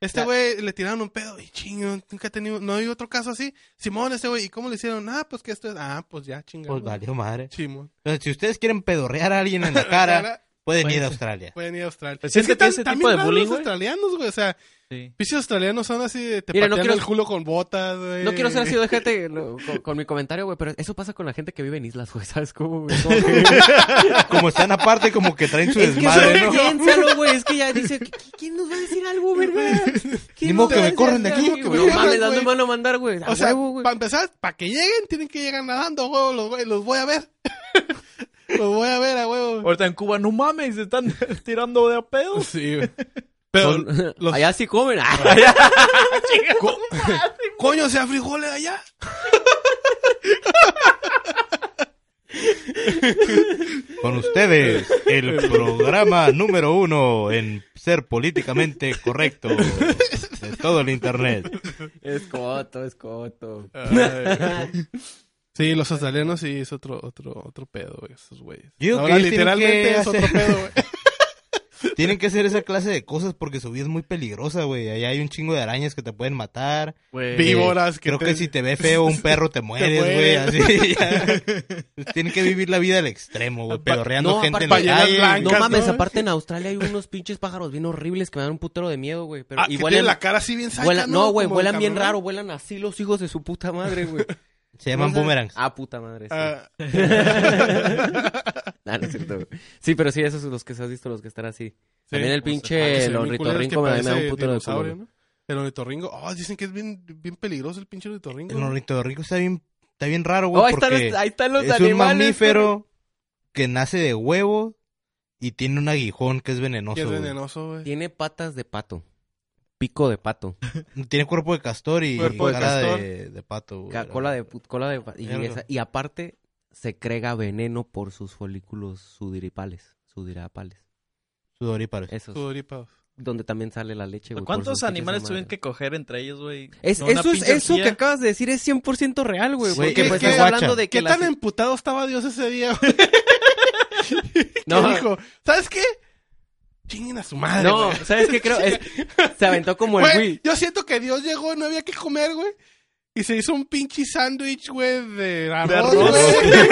Speaker 1: Este
Speaker 2: La-
Speaker 1: güey le tiraron un pedo y chingo, nunca he tenido. No hay otro caso así. Simón, este güey, ¿y cómo le hicieron? Ah, pues que esto es. Ah, pues ya,
Speaker 4: güey.
Speaker 1: chingado.
Speaker 4: Pues valió madre.
Speaker 1: Simón.
Speaker 4: Entonces, si ustedes quieren pedorrear a alguien en la cara, pueden ir a Australia.
Speaker 1: Pueden ir a Australia.
Speaker 3: Pues siento que
Speaker 1: tan-
Speaker 3: ese
Speaker 1: también
Speaker 3: tipo de
Speaker 1: raros
Speaker 3: bullying,
Speaker 1: los
Speaker 3: güey.
Speaker 1: australianos, güey. O sea,
Speaker 3: Sí.
Speaker 1: pichos australianos son así de te
Speaker 2: Mira, no
Speaker 1: patean
Speaker 2: quiero-
Speaker 1: el culo con botas, güey.
Speaker 2: No quiero ser así, déjate no, con, con mi comentario, güey, pero eso pasa con la gente que vive en islas, güey, ¿sabes cómo, güey? Como que-
Speaker 4: Como están aparte, como que traen su
Speaker 2: es que eso,
Speaker 4: desmadre, ¿no?
Speaker 2: piénsalo, güey, es que ya dice, "¿Qui- qui- ¿quién nos va a decir algo, verga? ¿Quién
Speaker 4: Ni
Speaker 2: nos
Speaker 4: modo que
Speaker 2: va a
Speaker 4: me
Speaker 2: decir
Speaker 4: corran de aquí,
Speaker 2: algo,
Speaker 1: que me
Speaker 2: güey? No
Speaker 1: corran,
Speaker 2: mames, ¿a dónde
Speaker 1: güey?
Speaker 2: me van a mandar, güey? A
Speaker 1: O sea,
Speaker 2: huevo, güey.
Speaker 1: para empezar, para que lleguen, tienen que llegar nadando, güey. Los, güey, los voy a ver. los voy a ver, a huevo.
Speaker 3: Ahorita en Cuba, no mames, se están tirando de a pedo.
Speaker 1: Sí, güey. Pero
Speaker 2: Son-
Speaker 1: los-
Speaker 2: Allá sí comen. ah.
Speaker 1: Co- Coño, sea frijoles allá.
Speaker 4: Con ustedes, el programa número uno en ser políticamente correcto de todo el internet.
Speaker 2: Es coto, es coto.
Speaker 1: sí, los australianos sí es otro, otro, otro pedo, güey, esos güeyes.
Speaker 4: Yo digo
Speaker 1: Ahora
Speaker 4: que ellos tienen
Speaker 1: literalmente
Speaker 4: que
Speaker 1: es otro
Speaker 4: hacer-
Speaker 1: pedo, güey.
Speaker 4: Tienen que hacer esa clase de cosas porque su vida es muy peligrosa, güey. Allá hay un chingo de arañas que te pueden matar. Eh,
Speaker 3: Güey.
Speaker 1: Vivo. Víboras que
Speaker 4: Creo
Speaker 1: te-
Speaker 4: que si te ve feo un perro te mueres, güey.
Speaker 1: mueres.
Speaker 4: Así. ya. Pues Tienen que vivir la vida al extremo, güey. Pedorreando
Speaker 2: no,
Speaker 4: gente en la
Speaker 2: aparte-
Speaker 4: calle.
Speaker 1: ballenas
Speaker 2: No
Speaker 1: blancas,
Speaker 2: mames,
Speaker 1: ¿no?
Speaker 2: aparte en Australia hay unos pinches pájaros bien horribles que me dan un putero de miedo, güey. Pero
Speaker 1: Ah, que
Speaker 2: igual
Speaker 1: tiene la cara así bien saca,
Speaker 2: Vuela- no, güey,
Speaker 1: Como
Speaker 2: vuelan
Speaker 1: el
Speaker 2: bien
Speaker 1: cabrón.
Speaker 2: raro, vuelan así los hijos de su puta madre, güey.
Speaker 4: Se llaman
Speaker 2: No sé.
Speaker 4: boomerangs.
Speaker 2: Ah, puta madre. Sí.
Speaker 1: Ah,
Speaker 2: Nah, no es cierto, güey. Sí, pero sí, esos son los que has visto, los que están así. También el
Speaker 1: pues,
Speaker 2: pinche
Speaker 1: ah, sí,
Speaker 2: el
Speaker 1: bien culero,
Speaker 2: ornitorrinco
Speaker 1: que
Speaker 2: me- me da un
Speaker 1: parece
Speaker 2: putero de
Speaker 1: dinosaurio,
Speaker 2: culo,
Speaker 1: ¿no? El ornitorrinco, oh, dicen que es bien, bien peligroso el pinche ornitorrinco.
Speaker 4: El
Speaker 1: ¿no?
Speaker 4: ornitorrinco está bien, está bien raro, güey.
Speaker 2: Oh, ahí, están
Speaker 4: porque
Speaker 2: los, ahí están los
Speaker 4: es
Speaker 2: animales.
Speaker 4: un mamífero que nace de huevo y tiene un aguijón que es venenoso.
Speaker 1: Que es
Speaker 4: güey.
Speaker 1: venenoso, güey.
Speaker 2: Tiene patas de pato. Pico de pato.
Speaker 4: Tiene cuerpo de castor y
Speaker 1: Cuerpo de
Speaker 4: cara
Speaker 1: castor.
Speaker 4: De, de pato, güey.
Speaker 2: ca- cola de pu- cola de y,
Speaker 4: Verga.
Speaker 2: esa- y aparte se crega veneno por sus folículos sudiripales, sudirapales.
Speaker 4: Sudoríparos.
Speaker 2: Esos
Speaker 1: Sudorípados.
Speaker 2: donde también sale la leche, güey. por
Speaker 3: ¿Cuántos
Speaker 2: sus pinches
Speaker 3: animales
Speaker 2: madres.
Speaker 3: tuvieron que coger entre ellos, güey?
Speaker 2: Es,
Speaker 3: No, una
Speaker 2: eso es,
Speaker 3: pinche
Speaker 2: eso que
Speaker 3: orgía.
Speaker 2: acabas de decir es 100% real, güey.
Speaker 4: Güey,
Speaker 2: Porque
Speaker 1: es
Speaker 2: pues
Speaker 1: que-
Speaker 2: estás hablando de que
Speaker 1: ¿Qué
Speaker 2: las-
Speaker 1: tan emputado estaba Dios ese día, güey?
Speaker 2: No,
Speaker 1: Que dijo, ¿sabes qué? Chinguen a su madre,
Speaker 2: no,
Speaker 1: güey.
Speaker 2: ¿sabes qué creo? Es- se aventó como el
Speaker 1: Güey,
Speaker 2: Wii.
Speaker 1: yo siento que Dios llegó y no había que comer, güey. Y se hizo un pinche sándwich, güey, de arroz,
Speaker 3: arroz.
Speaker 1: güey. con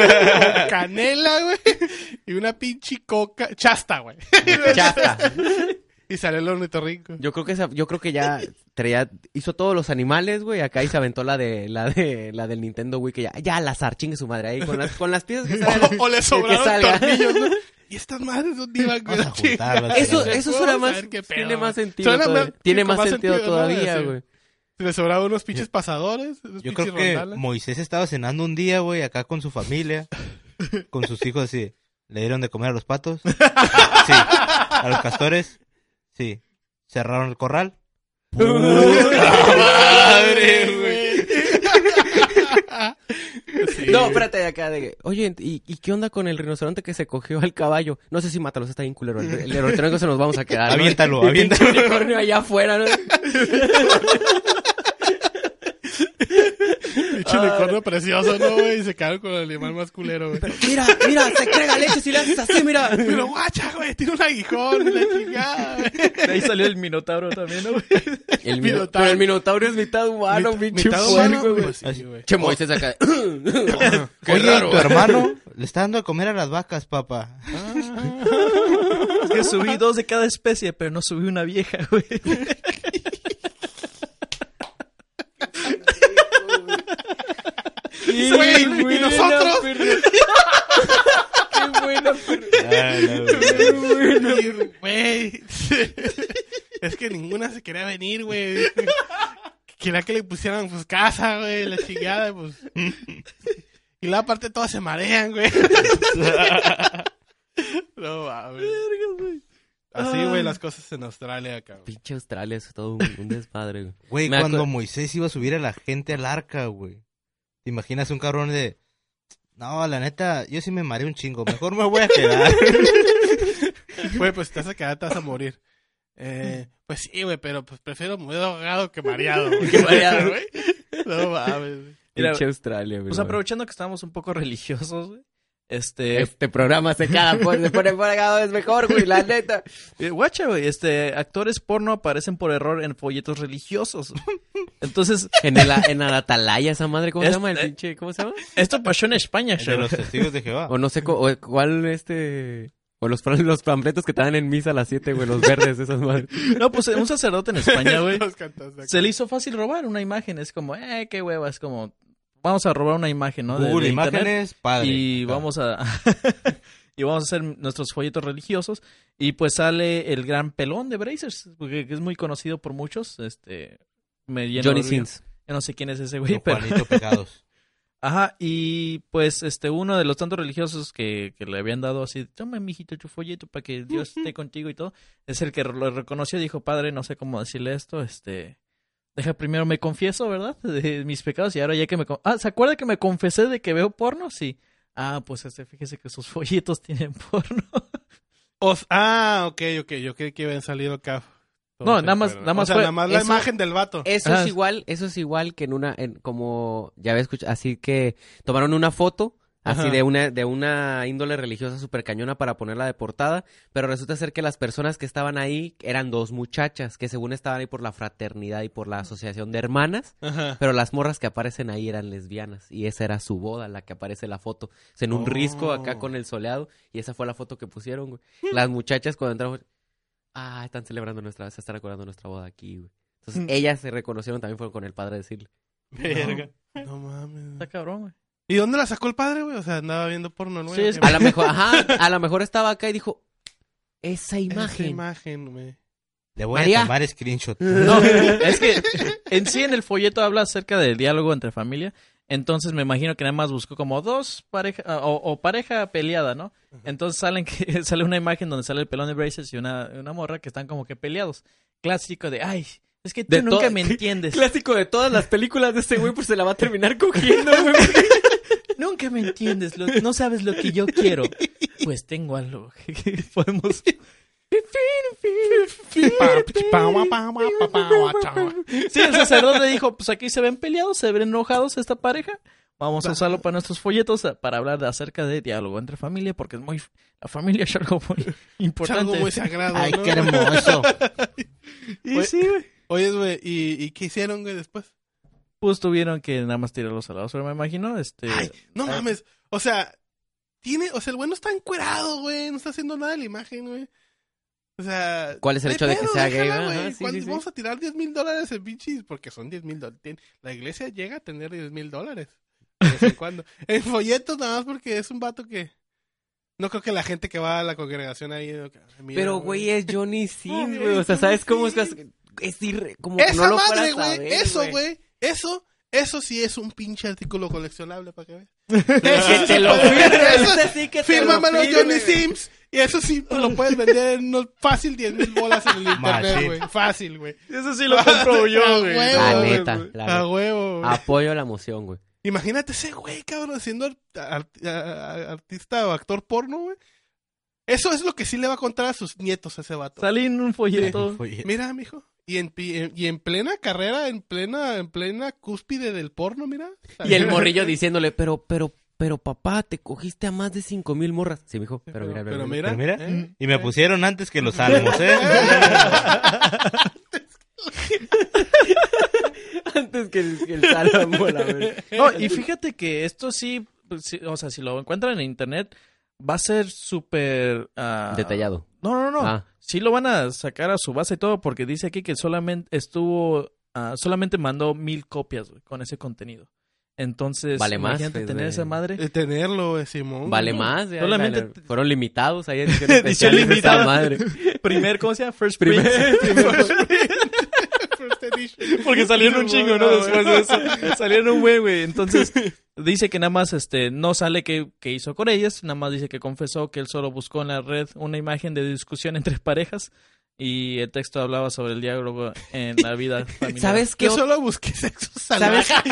Speaker 1: canela, güey. Y una pinche coca. Chasta, güey.
Speaker 2: Chata.
Speaker 1: Y salió el ornitorrinco.
Speaker 2: Yo creo que esa- yo creo que ya traía- hizo todos los animales, güey, acá y se aventó la de la de la del Nintendo Wii que ya ya al azar, chingue su madre ahí con las con las piezas que salen.
Speaker 1: O, o le sobraron
Speaker 2: salga.
Speaker 1: tornillos, ¿no? Y estas madres son divas, güey.
Speaker 4: Vamos a juntarlas.
Speaker 2: Eso,
Speaker 1: Vamos
Speaker 2: eso
Speaker 1: a
Speaker 2: suena
Speaker 1: ver
Speaker 2: más,
Speaker 1: qué pedo,
Speaker 2: tiene más
Speaker 1: güey.
Speaker 2: sentido
Speaker 1: Suena
Speaker 2: todavía.
Speaker 1: más-
Speaker 2: tiene
Speaker 1: sí, con
Speaker 2: más
Speaker 1: más
Speaker 2: sentido
Speaker 1: sentido, ¿no?
Speaker 2: todavía,
Speaker 1: Sí.
Speaker 2: güey.
Speaker 1: Le sobraban unos pinches pasadores. unos
Speaker 4: Yo
Speaker 1: pinches
Speaker 4: creo que
Speaker 1: rondales.
Speaker 4: Moisés estaba cenando un día, güey, acá con su familia, con sus hijos así. ¿Le dieron de comer a los patos? Sí. ¿A los castores? Sí. ¿Cerraron el corral?
Speaker 1: madre, güey! Sí.
Speaker 2: No, espérate de acá de que, oye, ¿y, y qué onda con el rinoceronte que se cogió al caballo? No sé si mátalos, está bien culero. El, el ornitorrinco se nos vamos a quedar. ¿no?
Speaker 4: Aviéntalo,
Speaker 2: Y pinche
Speaker 4: aviéntalo.
Speaker 2: unicornio allá afuera, ¿no?
Speaker 1: Pinche unicornio precioso, ¿no, güey? Y se cagaron con el animal más culero, güey.
Speaker 2: Mira, mira, se crega leche si le haces así, mira.
Speaker 1: Pero guacha, güey, tiene un aguijón, y la chingada, güey.
Speaker 3: De ahí salió el minotauro también, ¿no, güey?
Speaker 2: El
Speaker 1: Minotauro.
Speaker 2: mino- pero el minotauro es mitad humano,
Speaker 1: Mit-
Speaker 2: pinche
Speaker 1: mitad humano,
Speaker 2: puerco, güey.
Speaker 1: pues sí, güey.
Speaker 2: Che, Moisés acá.
Speaker 1: Qué
Speaker 4: Oye,
Speaker 1: raro,
Speaker 4: tu
Speaker 1: güey.
Speaker 4: hermano le está dando de comer a las vacas, papá.
Speaker 1: Ah,
Speaker 3: Es que subí dos de cada especie, pero no subí una vieja, güey.
Speaker 1: venir, güey. es que ninguna se quería venir, güey. Quería que le pusieran pues casa, güey, la chingada, pues. Y la parte todas se marean, güey. no mames. Así,
Speaker 3: Ah.
Speaker 1: güey, las cosas en Australia, cabrón.
Speaker 2: Pinche Australia, es todo un, un desmadre, güey.
Speaker 4: Güey,
Speaker 2: Me acu-
Speaker 4: cuando Moisés iba a subir a la gente al arca, güey. ¿Te imaginas un cabrón de... No, la neta, yo sí me mareé un chingo. Mejor me voy a quedar.
Speaker 1: Güey, pues te vas a quedar, te vas a morir. Eh, pues sí, güey, pero pues prefiero morir ahogado que mareado, güey.
Speaker 3: Que mareado, güey.
Speaker 1: No mames, güey.
Speaker 3: Mira,
Speaker 2: Pinche Australia, güey.
Speaker 3: Pues aprovechando que estábamos un poco religiosos, güey. Este,
Speaker 2: Este programa se cada por, se pone por cada vez mejor, güey, la neta.
Speaker 3: eh, guacha, güey, este, actores porno aparecen por error en folletos religiosos. Entonces,
Speaker 2: En el, en el Atalaya, esa madre, ¿cómo
Speaker 3: Es-
Speaker 2: se llama? El
Speaker 3: eh.
Speaker 2: pinche, ¿cómo se llama?
Speaker 3: esto pasó en España,
Speaker 4: El de
Speaker 3: chaval.
Speaker 4: los testigos de Jehová.
Speaker 2: O no sé, co- o cuál este... O los, fran- los panfletos que te dan en misa a las 7, güey, los verdes, esas madres.
Speaker 3: No, pues eh, un sacerdote en España, güey.
Speaker 1: Los cantos de acá.
Speaker 3: Se le hizo fácil robar una imagen. Es como, eh, qué hueva. Es como, vamos a robar una imagen, ¿no? De-
Speaker 4: Google
Speaker 3: de internet.
Speaker 4: Imágenes, padre.
Speaker 3: y
Speaker 4: Acá.
Speaker 3: vamos a y vamos a hacer nuestros folletos religiosos y pues sale el gran pelón de Brazers porque es muy conocido por muchos este me lleno
Speaker 2: Johnny
Speaker 3: de-
Speaker 2: Sins.
Speaker 3: yo no sé quién es ese güey
Speaker 4: Don
Speaker 3: pero
Speaker 4: Juanito Pecados.
Speaker 3: ajá y pues este uno de los tantos religiosos que, que le habían dado así toma mijito tu folleto para que Dios esté contigo y todo es el que lo reconoció dijo padre no sé cómo decirle esto este Deja primero me confieso, ¿verdad? De mis pecados y ahora ya que me... con- Ah, ¿se acuerda que me confesé de que veo porno? Sí. Ah, pues este, fíjese que sus folletos tienen porno.
Speaker 1: Os- ah, ok, ok. Yo creí que iban a salir acá.
Speaker 3: No, nada más- nada más
Speaker 1: O sea,
Speaker 3: fue-
Speaker 1: nada más la
Speaker 2: eso-
Speaker 1: imagen del vato.
Speaker 2: Eso
Speaker 3: Ah,
Speaker 2: es
Speaker 3: es-
Speaker 2: igual, eso es igual que en una, en, como ya había escuchado, así que tomaron una foto así
Speaker 1: Ajá.
Speaker 2: de una, de una índole religiosa super cañona para ponerla de portada, pero resulta ser que las personas que estaban ahí eran dos muchachas que según estaban ahí por la fraternidad y por la asociación de hermanas,
Speaker 1: Ajá.
Speaker 2: pero las morras que aparecen ahí eran lesbianas y esa era su boda, la que aparece en la foto, O sea, en un
Speaker 1: Oh.
Speaker 2: risco acá con el soleado y esa fue la foto que pusieron, güey. Las muchachas cuando entraron, ah, están celebrando nuestra, se están acordando de nuestra boda aquí, güey. Entonces
Speaker 3: Mm.
Speaker 2: ellas se reconocieron también fueron con el padre a decirle.
Speaker 1: Verga. No mames.
Speaker 3: Está cabrón, güey.
Speaker 1: ¿Y dónde la sacó el padre, güey? O sea, andaba viendo porno, güey.
Speaker 3: Sí, es-
Speaker 2: A lo mejor, ajá, a lo mejor estaba acá y dijo, esa
Speaker 1: imagen.
Speaker 2: imagen.
Speaker 1: imagen, güey.
Speaker 4: Le voy
Speaker 2: María.
Speaker 4: a tomar screenshot.
Speaker 3: No, es que en sí en el folleto habla acerca del diálogo entre familia. Entonces me imagino que nada más buscó como dos parejas o, o pareja peleada, ¿no? Entonces salen que, sale una imagen donde sale el pelón de Braces y una, una morra que están como que peleados. Clásico de, ay, es que tú
Speaker 2: De
Speaker 3: nunca
Speaker 2: todo-
Speaker 3: me entiendes.
Speaker 2: Clásico de todas las películas de este güey, pues se la va a terminar cogiendo, güey.
Speaker 3: nunca me entiendes, lo- no sabes lo que yo quiero. Pues tengo algo que podemos... Sí, el sacerdote dijo, pues aquí se ven peleados, se ven enojados esta pareja. Vamos a usarlo para nuestros folletos, a- para hablar de, acerca de diálogo entre familia, porque es muy... La familia es algo muy
Speaker 1: Es algo
Speaker 3: importante.
Speaker 1: muy sagrado,
Speaker 4: Ay,
Speaker 1: ¿no?
Speaker 4: qué hermoso.
Speaker 3: Y sí, güey.
Speaker 1: Oye, güey, ¿y, ¿y qué hicieron, güey, después?
Speaker 3: Pues tuvieron que nada más tirarlos a la basura, me imagino. Este...
Speaker 1: Ay, no
Speaker 3: Ah.
Speaker 1: mames. O sea, tiene... O sea, el güey no está encuerado, güey. No está haciendo nada de la imagen, güey. O sea...
Speaker 2: ¿Cuál es el
Speaker 1: no hay
Speaker 2: hecho de que
Speaker 1: pedo,
Speaker 2: sea gay,
Speaker 1: déjala,
Speaker 2: va? Ajá,
Speaker 1: güey.
Speaker 2: sí,
Speaker 1: ¿Cuántos-
Speaker 2: sí, sí.
Speaker 1: Vamos a tirar 10 mil dólares en pinches porque son 10 mil dólares. Tien- La iglesia llega a tener 10 mil dólares. De vez en cuando. En folletos nada más porque es un vato que... No creo que la gente que va a la congregación ahí... no, que- mira,
Speaker 2: Pero, güey, es Johnny Sins,
Speaker 1: Ay,
Speaker 2: güey. O sea,
Speaker 1: Johnny
Speaker 2: ¿sabes cómo es?
Speaker 1: Sins.
Speaker 2: Es ir, como que
Speaker 1: Esa
Speaker 2: no lo
Speaker 1: madre,
Speaker 2: fueras a
Speaker 1: güey.
Speaker 2: ver,
Speaker 1: Eso, güey. Eso, eso sí es un pinche artículo coleccionable para que veas.
Speaker 2: que te lo firme.
Speaker 1: Eso-
Speaker 2: ese sí que te lo
Speaker 1: Fírmamelo,
Speaker 2: firme,
Speaker 1: Johnny
Speaker 2: güey.
Speaker 1: Sims. Y eso sí pues, lo puedes vender en unos fácil 10 mil bolas en el internet,
Speaker 4: Machín.
Speaker 1: güey. Fácil, güey.
Speaker 3: Eso sí lo compro
Speaker 1: A
Speaker 3: yo, güey.
Speaker 1: huevo,
Speaker 2: La
Speaker 1: güey,
Speaker 2: neta,
Speaker 1: güey.
Speaker 2: la
Speaker 1: A
Speaker 2: neta. Ah.
Speaker 1: huevo, güey.
Speaker 2: Apoyo la emoción, güey.
Speaker 1: Imagínate ese güey, cabrón, siendo art- art- a- artista o actor porno, güey. Eso es lo que sí le va a contar a sus nietos a ese vato.
Speaker 3: Salí en un folleto.
Speaker 4: Oye,
Speaker 1: Mira, mijo. Y en, pi- en- y en plena carrera, en plena, en plena cúspide del porno, mira.
Speaker 2: Y el morrillo diciéndole, pero, pero, pero, papá, te cogiste a más de cinco mil morras. Sí, mijo, pero mira,
Speaker 1: pero
Speaker 2: mira,
Speaker 1: mira.
Speaker 4: Pero mira.
Speaker 3: Mm.
Speaker 1: ¿eh?
Speaker 4: Y me pusieron antes que los salmos, ¿eh?
Speaker 2: Antes que el, que el Salamo, la verdad.
Speaker 3: No, y fíjate que esto sí, pues, sí, o sea, si lo encuentran en internet, va a ser súper... ah,
Speaker 2: Detallado.
Speaker 3: No, no, no.
Speaker 2: Ah.
Speaker 3: Sí lo van a sacar a su base y todo, porque dice aquí que solamente estuvo... ah, solamente mandó mil copias güey, con ese contenido. Entonces,
Speaker 2: Vale más,
Speaker 3: imagínate
Speaker 2: pues,
Speaker 3: tener
Speaker 2: de-
Speaker 3: esa madre.
Speaker 1: Eh, Tenerlo, güey, Simón.
Speaker 2: Vale
Speaker 1: güey.
Speaker 2: más. ya,
Speaker 3: Solamente
Speaker 2: la-
Speaker 3: te-
Speaker 2: fueron limitados. Ahí edición
Speaker 3: Edición
Speaker 2: especial, esa
Speaker 3: limitada.
Speaker 2: madre.
Speaker 3: Primer, ¿cómo se llama? First print.
Speaker 2: Primer-
Speaker 1: First edition.
Speaker 3: Porque salieron un chingo, ¿no?
Speaker 1: Ah,
Speaker 3: Después de
Speaker 1: este güey.
Speaker 3: eso. Salieron un buen, güey. Entonces, dice que nada más este no sale qué qué hizo con ellas. Nada más dice que confesó que él solo buscó en la red una imagen de discusión entre parejas. Y el texto hablaba sobre el diálogo en la vida familiar.
Speaker 2: ¿Sabes qué?
Speaker 1: Yo
Speaker 2: ot-
Speaker 1: solo busqué sexo
Speaker 2: ¿Sabes?
Speaker 1: salvaje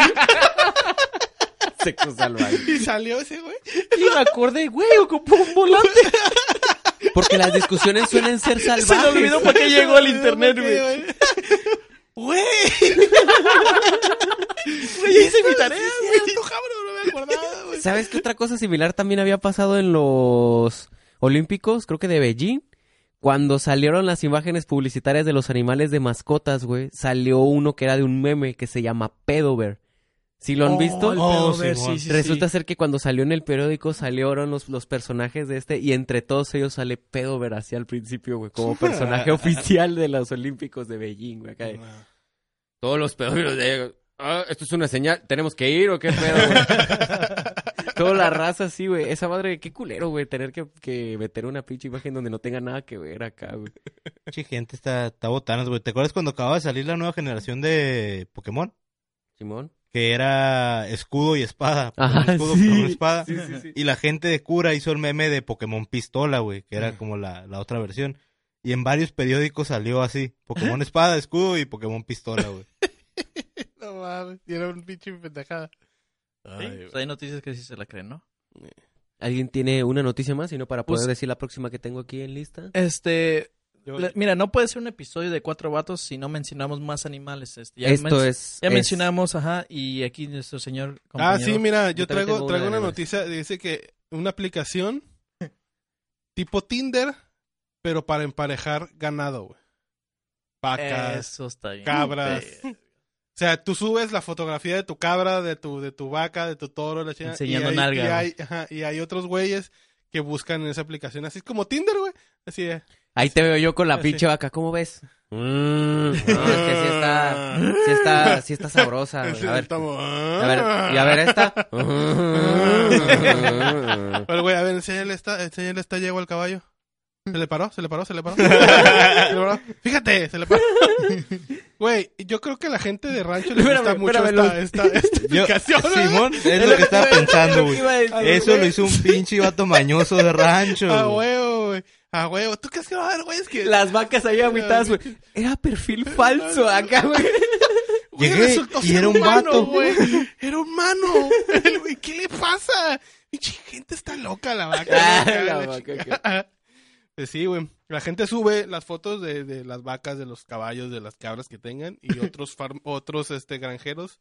Speaker 2: Sexo salvaje.
Speaker 1: y salió ese, güey.
Speaker 3: Y me acordé, güey, ocupó un volante.
Speaker 2: Porque las discusiones suelen ser salvajes.
Speaker 3: Se me olvidó para qué llegó al internet,
Speaker 1: Ok,
Speaker 3: güey.
Speaker 1: Güey,
Speaker 3: Güey, hice mi tarea,
Speaker 1: es
Speaker 3: güey.
Speaker 1: cierto, cabrón, no me acordaba, güey.
Speaker 2: ¿Sabes qué otra cosa similar también había pasado en los Olímpicos? Creo que de Beijing. Cuando salieron las imágenes publicitarias de los animales de mascotas, güey, salió uno que era de un meme que se llama Pedover. ¿Sí lo han visto?
Speaker 3: el
Speaker 4: Oh,
Speaker 3: pedover, sí,
Speaker 4: Simón.
Speaker 3: sí, sí.
Speaker 2: Resulta ser que cuando salió en el periódico salieron los, los personajes de este y entre todos ellos sale Pedover así al principio, güey, como personaje oficial de los Olímpicos de Beijing, güey. acá de- Todos los pedófilos de ah, esto es una señal, tenemos que ir o qué pedo, güey. Toda la raza así, güey. Esa madre, qué culero, güey, tener que, que meter una pinche imagen donde no tenga nada que ver acá, güey.
Speaker 4: Pinche gente está, está botanas, güey. ¿Te acuerdas cuando acababa de salir la nueva generación de Pokémon?
Speaker 2: Simón. pues,
Speaker 4: Que era escudo y espada. Pokémon
Speaker 2: Ajá,
Speaker 4: escudo,
Speaker 2: Ah, sí.
Speaker 4: Pokémon espada.
Speaker 2: Sí, sí, sí.
Speaker 4: Y la gente de cura hizo el meme de Pokémon Pistola, güey, que era como la, la otra versión. Y en varios periódicos salió así, Pokémon Espada, Escudo y Pokémon Pistola, güey.
Speaker 1: No mames, y era un pinche pendejada.
Speaker 3: Sí,
Speaker 1: Ay,
Speaker 3: pues hay noticias que sí se la creen, ¿no?
Speaker 2: ¿Alguien tiene una noticia más, sino para poder
Speaker 3: Pues-
Speaker 2: decir la próxima que tengo aquí en lista?
Speaker 3: Este,
Speaker 1: yo-
Speaker 3: La- mira, no puede ser un episodio de cuatro vatos si no mencionamos más animales. Este, ya
Speaker 2: Esto
Speaker 3: men-
Speaker 2: es.
Speaker 3: Ya
Speaker 2: es-
Speaker 3: mencionamos, ajá, y aquí nuestro señor
Speaker 1: Ah,
Speaker 3: compañero.
Speaker 1: sí, mira,
Speaker 2: Yo
Speaker 1: yo
Speaker 2: también
Speaker 1: traigo,
Speaker 2: tengo una
Speaker 1: traigo una
Speaker 2: de-
Speaker 1: noticia. Dice que una aplicación tipo Tinder, pero para emparejar ganado, güey. Vacas.
Speaker 3: Eso está bien.
Speaker 1: cabras.
Speaker 3: Eh,
Speaker 1: O sea, tú subes la fotografía de tu cabra, de tu, de tu vaca, de tu toro, la chingada,
Speaker 3: Enseñando
Speaker 1: y hay,
Speaker 3: nalga,
Speaker 1: Y
Speaker 3: güey.
Speaker 1: hay, ajá, y hay otros güeyes que buscan en esa aplicación. Así es como Tinder, güey. Así es.
Speaker 2: Ahí te veo yo con la
Speaker 1: Sí.
Speaker 2: pinche vaca, ¿cómo ves? Mm, no, es que sí está, sí está, sí está sabrosa, güey.
Speaker 1: Así
Speaker 2: A ver,
Speaker 1: estamos.
Speaker 2: a ver, y a ver esta.
Speaker 1: Pero, güey, a ver, enséñale esta, enséñale esta yegua al caballo. ¿Se le paró? ¿Se le paró? ¿Se le paró? ¿Se le paró? Fíjate, se le paró. Güey, yo creo que a la gente de rancho le
Speaker 2: Espérame,
Speaker 1: gusta mucho esta,
Speaker 2: espérame,
Speaker 1: esta, esta ¿eh?
Speaker 4: Yo-
Speaker 1: aplicación. güey.
Speaker 4: Simón, es lo que estaba pensando, güey. Eso lo hizo un pinche vato mañoso de
Speaker 1: A Ah,
Speaker 4: rancho. güey.
Speaker 1: huevo, güey. A huevo. ¿Tú crees que va a haber, güey? Es que...
Speaker 2: Las vacas ahí agüitadas, güey. Era perfil falso acá, güey.
Speaker 1: Güey,
Speaker 4: Llegué
Speaker 1: resultó
Speaker 4: y
Speaker 1: ser
Speaker 4: era un
Speaker 1: humano,
Speaker 4: vato.
Speaker 1: güey. Era humano. El güey, ¿Qué le pasa? Pinche gente está loca la vaca.
Speaker 2: Ah,
Speaker 1: güey.
Speaker 2: la
Speaker 1: La
Speaker 2: vaca,
Speaker 1: chica. Pues sí, güey. La gente sube las fotos de, de las vacas, de los caballos, de las cabras que tengan y otros farm- otros este granjeros.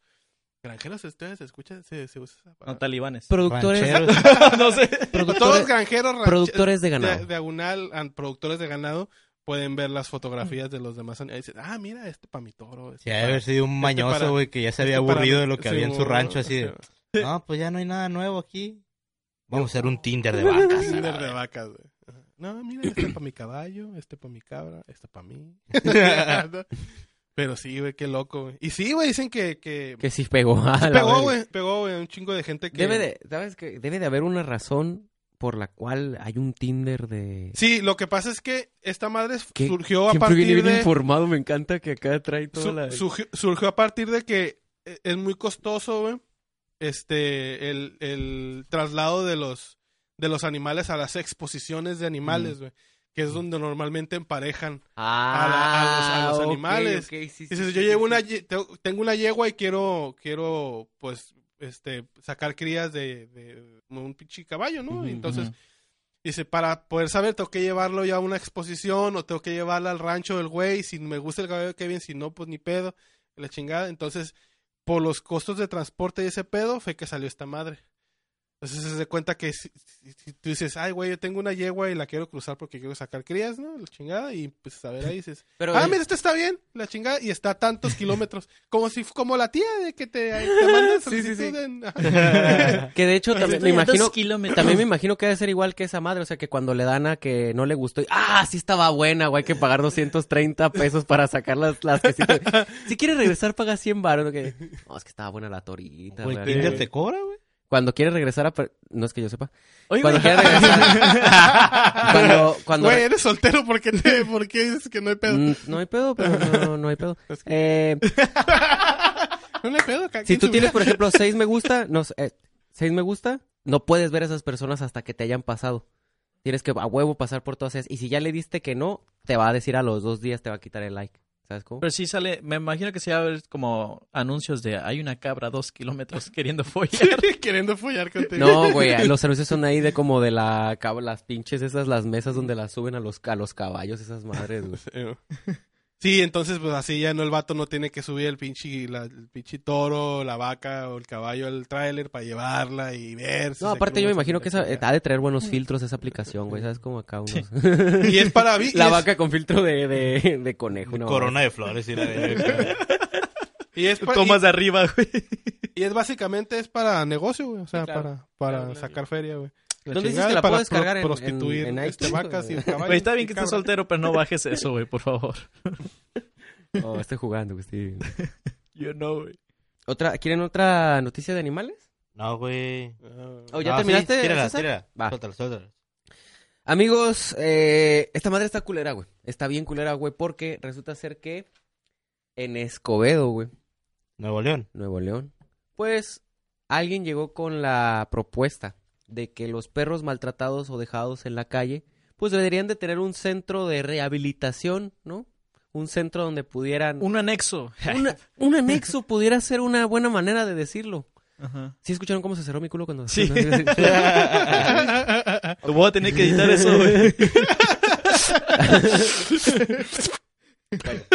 Speaker 1: Granjeros, este se escucha, se, se usa esa
Speaker 3: No,
Speaker 1: palabra.
Speaker 3: talibanes.
Speaker 2: Productores,
Speaker 4: Rancheros.
Speaker 3: no sé.
Speaker 1: Todos
Speaker 2: productores,
Speaker 1: granjeros, ranche-
Speaker 2: productores de
Speaker 1: dia-
Speaker 2: ganado.
Speaker 1: diagonal, ah, productores de ganado pueden ver las fotografías de los demás. animales. Y dicen, ah, mira, este para mi toro.
Speaker 4: Sí,
Speaker 1: este
Speaker 4: ha de
Speaker 1: pa'
Speaker 4: haber sido un
Speaker 1: para-
Speaker 4: mañoso, güey, que ya se había
Speaker 1: Este para-
Speaker 4: aburrido de lo que
Speaker 1: sí,
Speaker 4: había en su
Speaker 1: güey,
Speaker 4: rancho,
Speaker 1: o
Speaker 4: así de,
Speaker 1: sea,
Speaker 4: no, pues ya no hay nada nuevo aquí. Vamos a hacer un Tinder de vacas. a
Speaker 1: Tinder
Speaker 4: la
Speaker 1: de vacas, güey. Ajá. No, mira, este para mi caballo, este para mi cabra, este para mí.
Speaker 4: verga.
Speaker 1: Pero sí, güey, qué loco, güey. Y sí, güey, dicen que... que...
Speaker 2: Que sí pegó. a la verga.
Speaker 1: Pegó, güey, pegó, güey, un chingo de gente que...
Speaker 2: Debe de, ¿sabes qué? Debe de haber una razón por la cual hay un Tinder de...
Speaker 1: Sí, lo que pasa es que esta madre
Speaker 2: ¿Qué-
Speaker 1: surgió a
Speaker 2: Siempre viene
Speaker 1: partir
Speaker 2: bien
Speaker 1: de...
Speaker 2: informado, me encanta que acá trae toda
Speaker 1: su-
Speaker 2: la...
Speaker 1: surgió, surgió a partir de que eh, es muy costoso, güey, este, el, el traslado de los, de los animales a las exposiciones de animales, güey. Que es donde normalmente emparejan
Speaker 2: Ah,
Speaker 1: a la- a los- a los
Speaker 2: ok,
Speaker 1: animales.
Speaker 2: ok, sí, sí,
Speaker 1: Dices,
Speaker 2: sí,
Speaker 1: yo
Speaker 2: sí,
Speaker 1: llevo
Speaker 2: sí.
Speaker 1: una, ye- te- tengo una yegua y quiero, quiero, pues, este, sacar crías de, de un pinche caballo, ¿no?
Speaker 2: Ujú,
Speaker 1: Y Entonces, dice, para poder saber, tengo que llevarlo ya a una exposición o tengo que llevarla al rancho del güey. Si me gusta el caballo, qué bien, si no, pues ni pedo, la chingada. Entonces, por los costos de transporte y ese pedo, fue que salió esta madre. Entonces se da cuenta que si, si- si tú dices, ay, güey, yo tengo una yegua y la quiero cruzar porque quiero sacar crías, ¿no? La chingada. Y pues a ver ahí dices,
Speaker 2: Pero
Speaker 1: ah,
Speaker 2: él-
Speaker 1: mira, esta está bien, la chingada. Y está a tantos kilómetros. Como si, como la tía de que te, te manda
Speaker 2: Sí, sí, sí.
Speaker 1: solicitud en- ajá.
Speaker 2: que de hecho también me imagino
Speaker 3: kilómetros.
Speaker 2: También me imagino que debe ser igual que esa madre, o sea, que cuando le dan a que no le gustó, y, ah, sí estaba buena, güey, hay que pagar 230 pesos para sacar las, las que sí te- Si quieres regresar, paga 100 baros, ¿no? Que, no, es que estaba buena la torita,
Speaker 4: Güey,
Speaker 2: güey.
Speaker 4: Tinder te cobra, güey.
Speaker 2: Cuando quieres regresar a... per- No es que yo sepa.
Speaker 3: Oye,
Speaker 2: Cuando
Speaker 3: güey,
Speaker 2: quieres regresar... cuando... cuando
Speaker 1: Güey, eres soltero, ¿por qué, te, por qué dices que no hay pedo?
Speaker 2: Mm, no hay pedo, pero no, no hay pedo.
Speaker 1: Es que-
Speaker 2: Eh,
Speaker 1: No hay pedo, cada
Speaker 2: si
Speaker 1: quien
Speaker 2: tú
Speaker 1: su-
Speaker 2: tienes, por ejemplo, 6 me gusta, no, sé, eh, seis me gusta, no puedes ver a esas personas hasta que te hayan pasado. Tienes que a huevo pasar por todas esas. Y si ya le diste que no, te va a decir a los dos días, te va a quitar el like. ¿Sabes cómo?
Speaker 3: pero sí sale, me imagino que se va a ver como anuncios de hay una cabra a dos kilómetros queriendo follar.
Speaker 1: Queriendo follar contigo.
Speaker 2: No, güey, eh, los anuncios son ahí de como de la cab- las pinches esas, las mesas donde las suben a los, a los caballos, esas madres, güey.
Speaker 1: Eh, Sí, entonces pues así ya no el vato no tiene que subir el pinche, la- el pinche toro, la vaca o el caballo al tráiler para llevarla y ver. si
Speaker 2: No,
Speaker 1: se
Speaker 2: aparte yo
Speaker 1: cruza,
Speaker 2: me imagino que esa, eh,
Speaker 1: etcétera.
Speaker 2: ha de traer buenos filtros esa aplicación, güey. ¿Sabes cómo acá unos...
Speaker 1: Y es para vi- y
Speaker 2: La
Speaker 1: es-
Speaker 2: vaca con filtro de, de, de conejo. una
Speaker 4: Corona de flores y la verga.
Speaker 1: Y es, pa-
Speaker 3: Tomas de arriba, güey.
Speaker 1: y, y es básicamente es para negocio, güey. O sea,
Speaker 2: Sí, claro.
Speaker 1: para, para
Speaker 2: Claro, claro.
Speaker 1: sacar feria, güey.
Speaker 2: ¿Dónde dices
Speaker 1: chingada,
Speaker 2: que la
Speaker 1: para
Speaker 2: puedes
Speaker 1: pro-
Speaker 2: cargar en-
Speaker 1: prostituir
Speaker 2: en- en
Speaker 1: este,
Speaker 2: iTunes,
Speaker 1: vacas y
Speaker 2: güey?
Speaker 1: caballos
Speaker 3: Güey, está bien
Speaker 1: y
Speaker 3: que
Speaker 1: cabras.
Speaker 3: estés soltero, pero no bajes eso, güey, por favor.
Speaker 2: Oh, estoy jugando, güey, estoy-
Speaker 3: Yo no, güey.
Speaker 2: ¿Otra, ¿Quieren otra noticia de animales?
Speaker 4: No, güey.
Speaker 1: Ah,
Speaker 2: Oh, ¿ya
Speaker 4: No,
Speaker 2: terminaste,
Speaker 4: Sí, tírala,
Speaker 2: César?
Speaker 4: tírala.
Speaker 2: Va.
Speaker 4: Suéltala, suéltala.
Speaker 2: Amigos, eh, esta madre está culera, güey. Está bien culera, güey, porque resulta ser que en Escobedo, güey,
Speaker 4: Nuevo León.
Speaker 2: Nuevo León, pues alguien llegó con la propuesta de que los perros maltratados o dejados en la calle, pues deberían de tener un centro de rehabilitación, ¿no? Un centro donde pudieran...
Speaker 3: Un anexo.
Speaker 2: Una- un anexo pudiera ser una buena manera de decirlo.
Speaker 3: Ajá.
Speaker 2: ¿Sí escucharon cómo se cerró mi culo cuando...
Speaker 3: Sí. Voy a tener que editar eso, güey.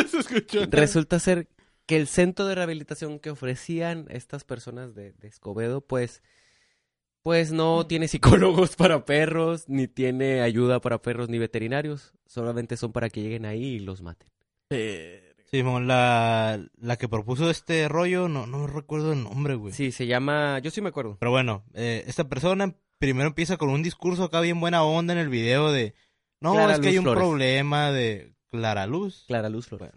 Speaker 1: Se escuchó.
Speaker 2: Resulta ser que el centro de rehabilitación que ofrecían estas personas de, de Escobedo, pues, pues no tiene psicólogos para perros, ni tiene ayuda para perros, ni veterinarios. Solamente son para que lleguen ahí y los maten.
Speaker 3: Eh,
Speaker 4: Simón, la, la que propuso este rollo, no, no recuerdo el nombre, güey.
Speaker 2: Sí, se llama... Yo sí me acuerdo.
Speaker 4: Pero bueno, eh, esta persona primero empieza con un discurso acá bien buena onda en el video de... No,
Speaker 2: Clara
Speaker 4: es que
Speaker 2: Luz
Speaker 4: hay un
Speaker 2: Flores.
Speaker 4: problema de Clara Luz.
Speaker 2: Clara Luz Flores.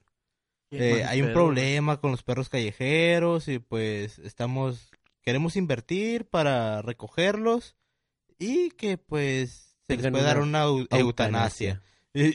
Speaker 4: Eh,
Speaker 3: mal
Speaker 4: hay un
Speaker 3: pedo,
Speaker 4: problema con los perros callejeros y pues estamos queremos invertir para recogerlos y que pues se les
Speaker 2: Tengan
Speaker 4: puede dar
Speaker 2: una
Speaker 4: una eu- eutanasia. Eh,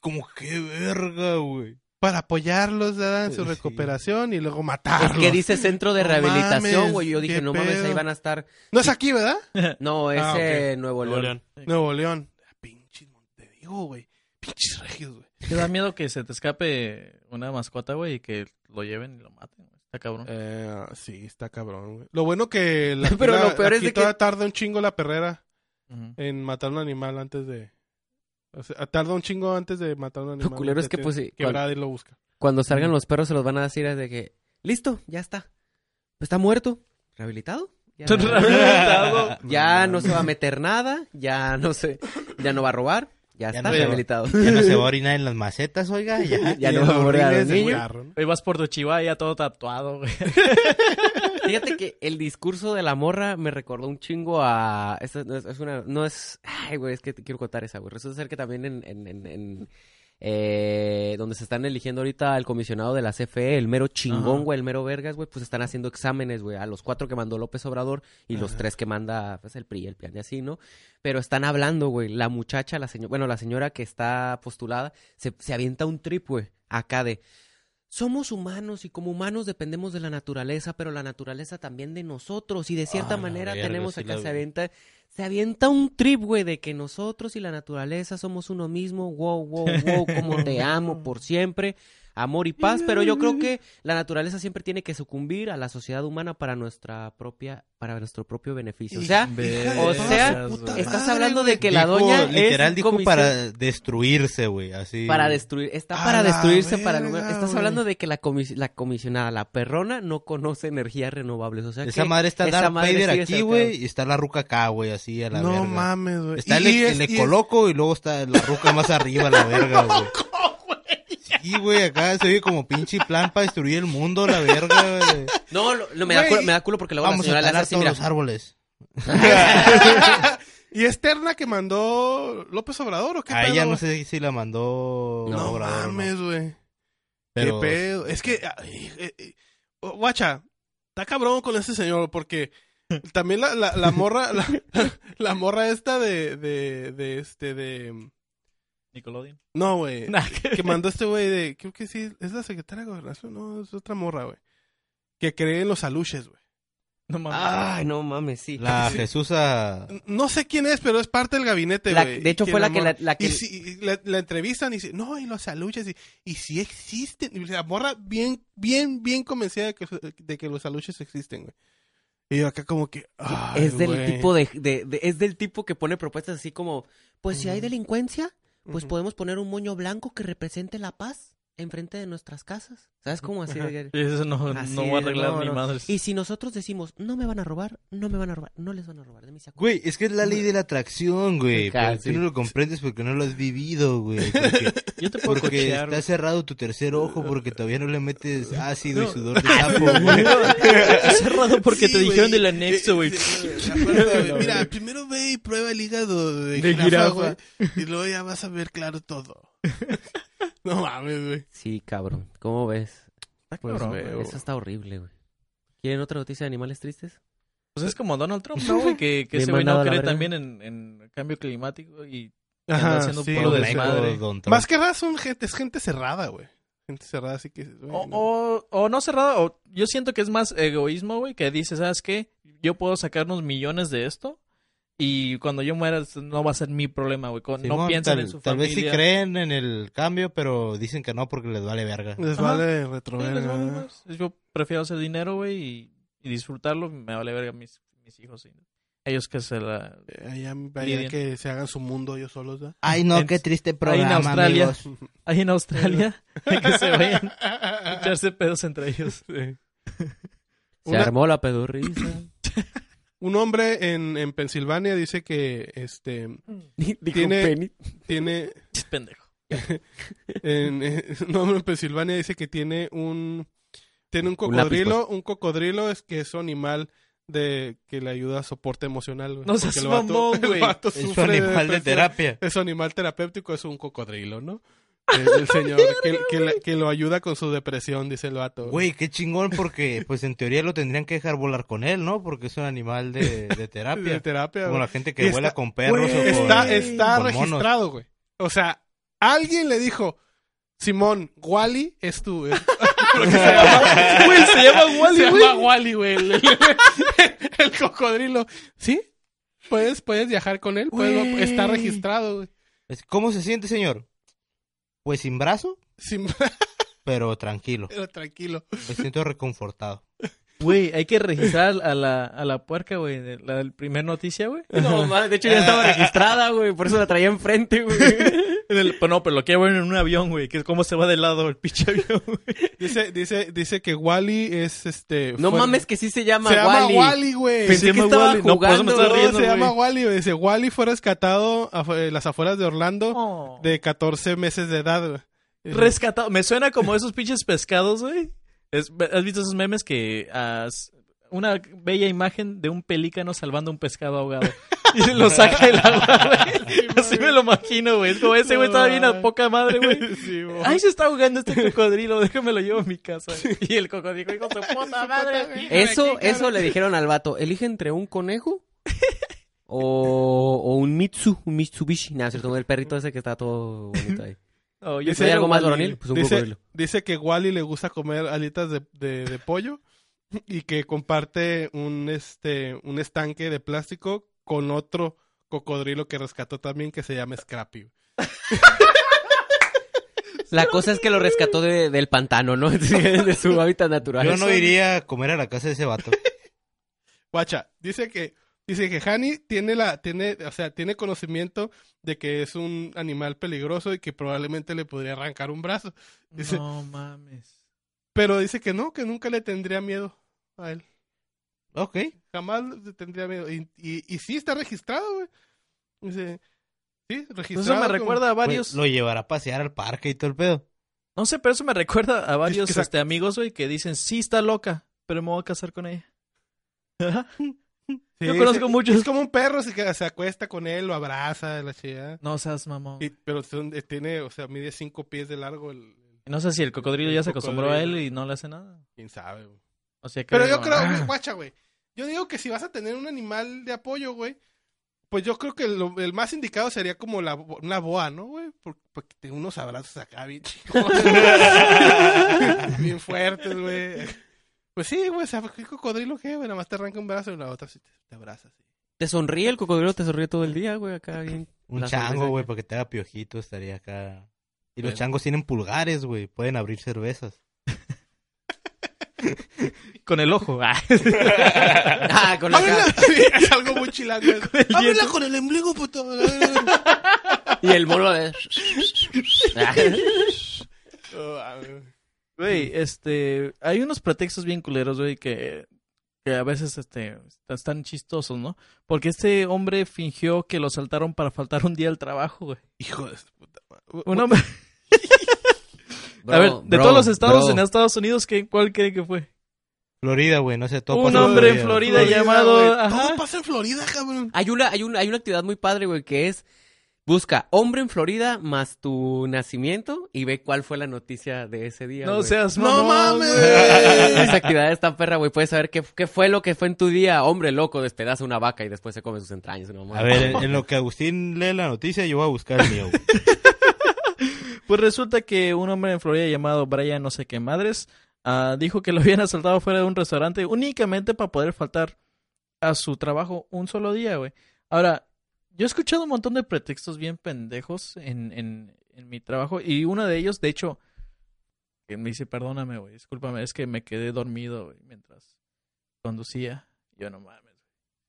Speaker 4: como que verga, güey.
Speaker 1: Para apoyarlos ¿verdad? en su
Speaker 4: Sí.
Speaker 1: recuperación y luego
Speaker 2: Es
Speaker 1: matarlos.
Speaker 2: que dice centro de
Speaker 1: Ah, No
Speaker 2: rehabilitación,
Speaker 1: mames,
Speaker 2: güey. Yo dije,
Speaker 1: qué
Speaker 2: no mames,
Speaker 1: pedo.
Speaker 2: ahí van a estar...
Speaker 1: No es aquí, ¿verdad?
Speaker 2: No, es
Speaker 1: Ah, ok.
Speaker 2: eh, Nuevo León.
Speaker 1: Nuevo León. Ah, Pinches Montedigo, güey. Pinches regios, güey.
Speaker 3: Te da miedo que se te escape una mascota, güey, y que lo lleven y lo maten. güey. Está cabrón.
Speaker 1: Eh, sí, está cabrón, güey. Lo bueno que la
Speaker 2: Pero
Speaker 1: la-
Speaker 2: lo peor
Speaker 1: aquí
Speaker 2: es de que-
Speaker 1: todavía tarda un chingo la perrera
Speaker 3: Ujú.
Speaker 1: en matar un animal antes de... o sea, tarda un chingo antes de matar un animal.
Speaker 2: culero es
Speaker 1: Te
Speaker 2: que, pues,
Speaker 1: tienes
Speaker 2: sí,
Speaker 1: Quebrada y lo busca.
Speaker 2: Cuando salgan los perros se los van a decir de que, listo, ya está. Está muerto, rehabilitado. Ya,
Speaker 3: Rehabilitado.
Speaker 2: Ya no se va a meter nada, ya no se, ya no va a robar, ya,
Speaker 4: Ya
Speaker 2: está
Speaker 4: no se va.
Speaker 2: rehabilitado.
Speaker 4: Ya no se va a orinar en las macetas, oiga, ya.
Speaker 2: Ya
Speaker 1: Y
Speaker 2: no
Speaker 1: en
Speaker 2: va a
Speaker 1: los
Speaker 2: morir a los
Speaker 1: rines del
Speaker 2: niños.
Speaker 1: carro, ¿no?
Speaker 3: Hoy vas por tu chiva ya todo tatuado, güey.
Speaker 2: Fíjate que el discurso de la morra me recordó un chingo a... esta no es, es una... No es... Ay, güey, es que te quiero contar esa, güey. Resulta ser que también en... en- en- en, eh, donde se están eligiendo ahorita el comisionado de la CFE, el mero chingón,
Speaker 3: Ajá.
Speaker 2: güey, el mero vergas, güey, pues están haciendo exámenes, güey, a los cuatro que mandó López Obrador y los
Speaker 1: Ajá.
Speaker 2: tres que manda, pues, el PRI, el PAN y así, ¿no? Pero están hablando, güey, la muchacha, la señora, bueno, la señora que está postulada, se, se avienta un trip, güey, acá de... Somos humanos y como humanos dependemos de la naturaleza, pero la naturaleza también de nosotros y de cierta
Speaker 4: Ah, la
Speaker 2: manera
Speaker 4: verga,
Speaker 2: tenemos
Speaker 4: sí
Speaker 2: acá
Speaker 4: la
Speaker 2: se
Speaker 4: vi.
Speaker 2: avienta se avienta un trip, güey, de que nosotros y la naturaleza somos uno mismo, wow, wow, wow, como te amo por siempre. amor y paz, pero yo creo que la naturaleza siempre tiene que sucumbir a la sociedad humana para nuestra propia, para nuestro propio beneficio. O sea,
Speaker 1: Hija
Speaker 2: o
Speaker 1: de
Speaker 2: sea,
Speaker 1: su puta
Speaker 2: estás
Speaker 1: madre,
Speaker 2: hablando
Speaker 1: güey.
Speaker 2: de que la
Speaker 4: Dijo-
Speaker 2: doña
Speaker 4: literal
Speaker 2: es
Speaker 4: dijo
Speaker 2: comisaria-
Speaker 4: para destruirse, güey, así.
Speaker 2: para destruir, está
Speaker 1: A
Speaker 2: para
Speaker 1: la
Speaker 2: destruirse para
Speaker 1: verga,
Speaker 2: lograr- Estás
Speaker 1: güey.
Speaker 2: hablando de que la, comis- la comisionada, la perrona, no conoce energías renovables. O sea
Speaker 4: Esa
Speaker 2: que
Speaker 4: madre está
Speaker 2: esa
Speaker 4: Darth
Speaker 2: madre
Speaker 4: Vader
Speaker 2: sigue
Speaker 4: aquí,
Speaker 2: cerca.
Speaker 4: güey, y está la ruca acá, güey, así a la
Speaker 1: no
Speaker 4: verga.
Speaker 1: mames, güey.
Speaker 4: Está el, e-
Speaker 1: Y- y es-
Speaker 4: el
Speaker 1: y es-
Speaker 4: ecoloco y luego está la ruca más arriba, la verga, güey. Sí, güey, acá se oye como pinche plan para destruir el mundo, la verga, güey.
Speaker 2: No, lo- lo- me, da
Speaker 1: Güey,
Speaker 2: culo, me da culo porque luego la
Speaker 4: Vamos a
Speaker 2: señora le hace
Speaker 4: talar
Speaker 2: así,
Speaker 4: todos ah,
Speaker 2: mira.
Speaker 4: los árboles.
Speaker 1: ¿Y es terna que mandó López Obrador o qué
Speaker 4: A
Speaker 1: pedo,
Speaker 4: ella no
Speaker 1: güey?
Speaker 4: sé si la mandó
Speaker 1: No,
Speaker 4: Obrador o no.
Speaker 1: mames, güey.
Speaker 4: Pero-
Speaker 1: Qué pedo. Es que, ay, eh, eh, oh, guacha, está cabrón con ese señor porque también la, la, la morra, la, la morra esta de, de, de este, de...
Speaker 3: Nickelodeon.
Speaker 1: No, güey.
Speaker 3: Nah,
Speaker 1: Que mandó este güey de, creo que sí, es la secretaria de gobernación, no, es otra morra, güey. Que cree en los aluches, güey.
Speaker 3: no mames.
Speaker 2: Ay, no mames, sí.
Speaker 4: La Jesús a...
Speaker 1: No sé quién es, pero es parte del gabinete,
Speaker 2: La-
Speaker 1: güey.
Speaker 2: de hecho,
Speaker 1: Y
Speaker 2: fue la
Speaker 1: quién
Speaker 2: que la- la que-
Speaker 1: Y si- y la, la entrevistan y dice, no, y los aluches, y, y si existen. Y la morra bien, bien, bien convencida de que, de que los aluches existen, güey. Y yo acá como que... ay,
Speaker 2: es del
Speaker 1: güey.
Speaker 2: tipo de, de- de- es del tipo que pone propuestas así como, pues si hay delincuencia, pues
Speaker 1: Ujú.
Speaker 2: podemos poner un moño blanco que represente la paz enfrente de nuestras casas. ¿Sabes cómo así? de-
Speaker 3: Eso no,
Speaker 2: así
Speaker 3: no va a
Speaker 2: de-
Speaker 3: arreglar
Speaker 2: no,
Speaker 3: mi
Speaker 2: no.
Speaker 3: madre.
Speaker 2: Y si nosotros decimos, no me van a robar, no me van a robar, no les van a robar de mi saco.
Speaker 4: Güey, es que es la ley de la atracción, güey. Pero
Speaker 2: Casi.
Speaker 4: tú no lo comprendes porque no lo has vivido, güey. Porque,
Speaker 3: Yo te puedo
Speaker 4: porque
Speaker 3: cochear.
Speaker 4: está cerrado tu tercer ojo, porque todavía no le metes ácido y
Speaker 3: No.
Speaker 4: sudor de sapo, güey.
Speaker 3: Está cerrado porque
Speaker 1: Sí,
Speaker 3: te
Speaker 1: güey.
Speaker 3: dijeron del anexo, güey.
Speaker 1: Sí, sí, güey, acuérdate, güey. Mira, primero ve y prueba el hígado de,
Speaker 3: De
Speaker 1: jirafa,
Speaker 3: jirafa.
Speaker 1: güey, Y luego ya vas a ver claro todo. No mames, güey.
Speaker 2: Sí, cabrón. ¿Cómo ves? Pues,
Speaker 3: cabrón,
Speaker 2: güey,
Speaker 3: güey.
Speaker 2: eso está horrible, güey. ¿Quieren otra noticia de animales tristes?
Speaker 3: Pues es como Donald Trump, ¿no, güey? Que, que
Speaker 2: Le
Speaker 3: ese güey
Speaker 2: mandaba
Speaker 3: no
Speaker 2: la
Speaker 3: cree
Speaker 2: verga.
Speaker 3: también en, en cambio climático y
Speaker 1: Ajá,
Speaker 3: haciendo
Speaker 1: sí,
Speaker 3: puro
Speaker 1: güey.
Speaker 3: desmadre.
Speaker 4: Don Trump.
Speaker 1: Más que nada son gente, es gente cerrada, güey. Gente cerrada, así que... güey,
Speaker 3: O,
Speaker 1: no.
Speaker 3: o, o no cerrado, o yo siento que es más egoísmo, güey, que dices, ¿sabes qué? Yo puedo sacarnos millones de esto y cuando yo muera esto no va a ser mi problema, güey. Con-
Speaker 4: Simón,
Speaker 3: no piensan
Speaker 4: tal,
Speaker 3: en su
Speaker 4: tal vez
Speaker 3: familia.
Speaker 4: sí creen en el cambio, pero dicen que no porque les vale verga.
Speaker 1: Les
Speaker 3: Ajá.
Speaker 1: vale
Speaker 3: Sí,
Speaker 1: retrover.
Speaker 3: les vale más. Yo prefiero hacer dinero, güey, y, y disfrutarlo. Me vale verga mis, mis hijos. y- ellos que se la...
Speaker 1: Allá,
Speaker 3: Lidian.
Speaker 1: que se hagan su mundo ellos solos, ¿verdad?
Speaker 4: Ay,
Speaker 3: En-
Speaker 4: no, qué triste programa,
Speaker 3: Australia.
Speaker 4: amigos.
Speaker 3: Ahí en Australia, que se vayan a echarse pedos entre ellos.
Speaker 2: Se
Speaker 1: Una-
Speaker 2: armó la pedorrisa.
Speaker 1: un hombre en, en Pensilvania dice que este
Speaker 2: Dijo
Speaker 1: Tiene-
Speaker 2: Penny.
Speaker 1: tiene
Speaker 3: Chis, Pendejo.
Speaker 1: en, eh, un hombre en Pensilvania dice que tiene un tiene un
Speaker 2: Un lápiz,
Speaker 1: cocodrilo,
Speaker 4: pues.
Speaker 1: un cocodrilo es que es su animal de que le ayuda a soporte emocional, güey.
Speaker 3: No
Speaker 1: Porque
Speaker 3: seas
Speaker 1: el vato-
Speaker 3: mamón,
Speaker 1: el
Speaker 3: güey.
Speaker 1: vato
Speaker 4: Es su
Speaker 1: sufre
Speaker 4: animal de
Speaker 1: depresión.
Speaker 4: terapia.
Speaker 1: Es su animal terapéutico, es un cocodrilo, ¿no? Es el señor que, que le- que lo ayuda con su depresión, dice el vato.
Speaker 4: Güey, qué chingón, porque pues en teoría lo tendrían que dejar volar con él, ¿no? Porque es un animal de, de
Speaker 1: De
Speaker 4: terapia.
Speaker 1: terapia,
Speaker 4: Como
Speaker 1: güey.
Speaker 4: la gente
Speaker 1: Y
Speaker 4: que
Speaker 1: está-
Speaker 4: vuela con perros o
Speaker 3: güey,
Speaker 4: con-
Speaker 1: Está, está
Speaker 4: con monos.
Speaker 1: registrado, güey. O sea, alguien le dijo, Simón, Wally es tu... es- porque se llama,
Speaker 3: Güey, se llama Wally,
Speaker 1: se
Speaker 3: güey.
Speaker 1: llama Wally, güey. El, el- el cocodrilo. ¿Sí? Puedes, puedes viajar con él, puedes-
Speaker 4: Güey.
Speaker 1: está registrado, güey.
Speaker 4: Es- ¿Cómo se siente, señor? Pues sin brazo,
Speaker 1: Sin-
Speaker 4: pero tranquilo.
Speaker 1: pero tranquilo.
Speaker 4: Me siento reconfortado.
Speaker 3: Güey, hay que registrar a la, a la puerca, güey, de la del primer noticia, güey.
Speaker 2: No, mames, de hecho ya estaba registrada, güey. Por eso la traía enfrente, güey.
Speaker 3: Del- pero no, pero lo que ver en un avión, güey, que es cómo se va de lado el pinche avión, güey.
Speaker 1: Dice, dice, dice que Wally es este...
Speaker 2: No
Speaker 1: fue-
Speaker 2: mames que sí se llama
Speaker 1: Se llama
Speaker 2: Wally.
Speaker 1: Wally, güey.
Speaker 2: Pensé
Speaker 3: Se
Speaker 2: que
Speaker 3: llama
Speaker 2: estaba
Speaker 3: Wally. No, por eso
Speaker 2: jugando,
Speaker 3: me estoy
Speaker 1: No,
Speaker 3: riendo,
Speaker 1: se llama
Speaker 3: güey.
Speaker 1: Wally, güey. Dice, Wally fue rescatado a en las afueras de Orlando
Speaker 3: De-
Speaker 1: de 14 meses de edad, güey.
Speaker 3: Rescatado. Me suena como esos pinches pescados, güey. Es- ¿Has visto esos memes que ah, s- una bella imagen de un pelícano salvando un pescado ahogado? Y lo saca del agua, güey. Así me lo imagino, güey. Es como ese güey estaba bien a poca madre, güey.
Speaker 1: Sí, güey.
Speaker 3: Ay, se está ahogando este cocodrilo, déjame lo llevo a mi casa. Y el cocodrilo, hijo de su puta madre.
Speaker 2: Eso, eso le dijeron al vato. Elige entre un conejo o, o un Mitsu, un Mitsubishi. Nada, cierto, el perrito ese que está todo bonito ahí.
Speaker 3: No, yo
Speaker 1: Dice-
Speaker 2: Si hay algo más
Speaker 3: Wally.
Speaker 2: varonil, pues un
Speaker 1: dice,
Speaker 2: cocodrilo.
Speaker 1: dice que Wally le gusta comer alitas de, de- de pollo y que comparte un, este, un estanque de plástico con otro cocodrilo que rescató también que se llama Scrappy.
Speaker 2: La cosa es que lo rescató de- del pantano, ¿no? De su hábitat natural.
Speaker 4: Yo no iría a comer a la casa de ese vato.
Speaker 1: Guacha, dice que dice que Hani tiene la tiene, o sea, tiene conocimiento de que es un animal peligroso y que probablemente le podría arrancar un brazo, Dice-
Speaker 3: No mames.
Speaker 1: pero dice que no, que nunca le tendría miedo a él.
Speaker 4: Ok. pues,
Speaker 1: Jamás le tendría miedo y, y, y sí está registrado, güey. Dice, sí, registrado.
Speaker 3: Eso me
Speaker 1: como-
Speaker 3: recuerda a
Speaker 4: Pues,
Speaker 3: varios.
Speaker 4: lo llevará a pasear al parque y todo el pedo.
Speaker 3: No sé, pero eso me recuerda a varios
Speaker 1: que sa-
Speaker 3: este, amigos, güey, que dicen, sí está loca, pero me voy a casar con ella.
Speaker 1: Sí,
Speaker 3: Yo conozco
Speaker 1: sí.
Speaker 3: muchos.
Speaker 1: Es como un perro se, que- se acuesta con él, lo abraza, la chida.
Speaker 3: No seas mamón.
Speaker 1: Y- pero son- eh, tiene, o sea, mide cinco pies de largo, el, el-
Speaker 3: No sé si el cocodrilo
Speaker 1: El
Speaker 3: ya se acostumbró a
Speaker 1: cocodrilo.
Speaker 3: él y no le hace nada.
Speaker 1: quién sabe, güey.
Speaker 3: O sea, que
Speaker 1: Pero yo
Speaker 3: no-
Speaker 1: creo, güey,
Speaker 3: ¡Ah!
Speaker 1: guacha, güey. Yo digo que si vas a tener un animal de apoyo, güey, pues yo creo que lo- el más indicado sería como la, bo- una boa, ¿no, güey? Por- Porque tiene unos abrazos acá, bien chingones, güey. bien fuertes, güey. Pues sí, güey, o sea, ¿qué cocodrilo qué, güey? Nada más te arranca un brazo y la otra sí te, te abraza. sí.
Speaker 2: Te sonríe, el cocodrilo te sonríe todo el día, güey, acá bien.
Speaker 4: Un
Speaker 2: La cerveza.
Speaker 4: chango, güey, para que te haga piojito, estaría acá. Y los
Speaker 1: Bueno.
Speaker 4: changos tienen pulgares, güey. Pueden abrir cervezas.
Speaker 3: Con el ojo. ¡Ah!
Speaker 2: Ah, con la
Speaker 1: ¡Ábrela!
Speaker 2: cara.
Speaker 1: Sí, es algo muy chilango. ¡Ábrela con el ombligo, puto!
Speaker 2: Y el mono de...
Speaker 1: Oh,
Speaker 3: Güey, este, hay unos pretextos bien culeros, güey, que, que a veces este, están chistosos, ¿no? Porque este hombre fingió que lo saltaron para faltar un día al trabajo, güey.
Speaker 1: Hijo de su puta madre.
Speaker 3: Un hombre, a ver, de todos los estados en Estados Unidos, ¿qué, ¿cuál cree que fue?
Speaker 4: Florida, güey, no sé. Todo
Speaker 3: Un
Speaker 4: pasa
Speaker 3: hombre en
Speaker 4: güey.
Speaker 3: Florida llamado-
Speaker 1: güey.
Speaker 3: ajá.
Speaker 1: Todo pasa en Florida, cabrón.
Speaker 2: Hay una, hay, una, hay una actividad muy padre, güey, que es... Busca hombre en Florida más tu nacimiento y ve cuál fue la noticia de ese día.
Speaker 3: No
Speaker 2: güey.
Speaker 3: seas
Speaker 1: ¡No
Speaker 3: mamón, güey.
Speaker 1: mames!
Speaker 2: Esta actividad está perra, güey. Puedes saber qué, qué fue lo que fue en tu día. Hombre loco, despedaza una vaca y después se come sus entrañas. una mamada.
Speaker 4: A ver, en, en lo que Agustín lee la noticia, yo voy a buscar el mío. güey.
Speaker 3: Pues resulta que un hombre en Florida llamado Brian no sé qué madres ah, dijo que lo habían asaltado fuera de un restaurante únicamente para poder faltar a su trabajo un solo día, güey. Ahora, yo he escuchado un montón de pretextos bien pendejos en, en, en mi trabajo y uno de ellos, de hecho, que me dice, perdóname, güey, discúlpame, es que me quedé dormido, güey, mientras conducía. Yo no mames,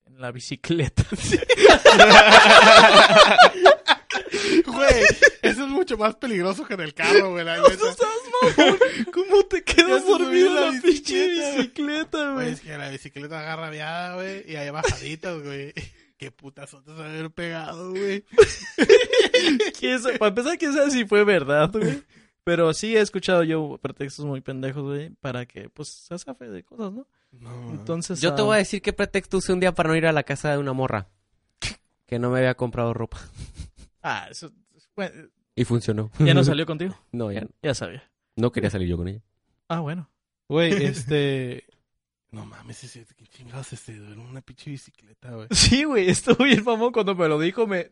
Speaker 3: en la bicicleta.
Speaker 1: Güey, eso es mucho más peligroso que en el carro, güey. la neta.
Speaker 3: ¿Cómo te quedas
Speaker 1: Ya se me olvidó
Speaker 3: dormido en
Speaker 1: la
Speaker 3: la pinche
Speaker 1: bicicleta, güey.
Speaker 3: bicicleta,
Speaker 1: Güey,
Speaker 3: güey?
Speaker 1: es que la bicicleta agarra viada, güey, y hay bajaditas, güey. Qué putazotas haber pegado, güey.
Speaker 3: ¿Quién sabe? Para empezar, quién sabe si fue verdad, güey. Pero sí he escuchado yo pretextos muy pendejos, güey, para que, pues, se zafe de cosas, ¿no?
Speaker 1: No,
Speaker 3: Entonces...
Speaker 2: Yo te voy a
Speaker 3: ah,
Speaker 2: decir qué pretexto usé un día para no ir a la casa de una morra. Que no me había comprado ropa.
Speaker 3: Ah, eso... bueno,
Speaker 2: Y funcionó.
Speaker 3: ¿Ya no salió contigo?
Speaker 2: No, ya no.
Speaker 3: Ya sabía.
Speaker 2: no quería salir yo con ella.
Speaker 3: Ah, bueno.
Speaker 1: güey, este... No mames, ese, qué chingados este, en una pinche bicicleta, güey.
Speaker 3: Sí, güey, estuvo bien mamón cuando me lo dijo, me...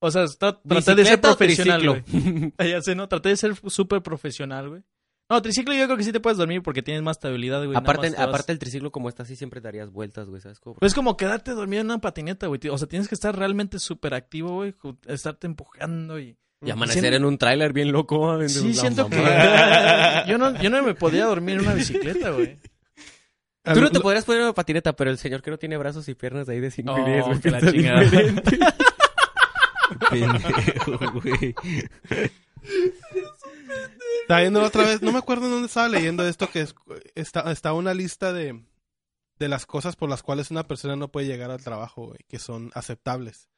Speaker 3: O sea, está- traté de ser
Speaker 2: ¿Bicicleta o
Speaker 3: profesional, güey.
Speaker 2: triciclo?
Speaker 3: Ah, Ya sé, no, traté de ser súper profesional, güey. No, triciclo yo creo que sí te puedes dormir porque tienes más estabilidad, güey. nada
Speaker 2: aparte,
Speaker 3: más te vas-
Speaker 2: aparte el triciclo como está así siempre darías vueltas, güey, ¿sabes cómo?
Speaker 3: Pues es como quedarte dormido en una patineta, güey. O sea, tienes que estar realmente súper activo, güey. ju- Estarte empujando y...
Speaker 2: y amanecer
Speaker 3: siento-
Speaker 2: en un tráiler bien loco. ¿eh?
Speaker 3: Sí,
Speaker 2: La
Speaker 3: siento que...
Speaker 2: mamá.
Speaker 3: yo, no, yo no me podía dormir en una bicicleta, güey.
Speaker 2: Tú no te podrías poner una patineta, pero el señor que no tiene brazos y piernas ahí de 5 y
Speaker 3: Oh,
Speaker 2: 10, güey.
Speaker 3: que la
Speaker 2: piensa
Speaker 3: chingada.
Speaker 2: diferente.
Speaker 4: Pendejo, güey.
Speaker 1: Estaba viendo otra vez, no me acuerdo en dónde estaba leyendo esto, que es- está, está una lista de, de las cosas por las cuales una persona no puede llegar al trabajo, güey, que son aceptables.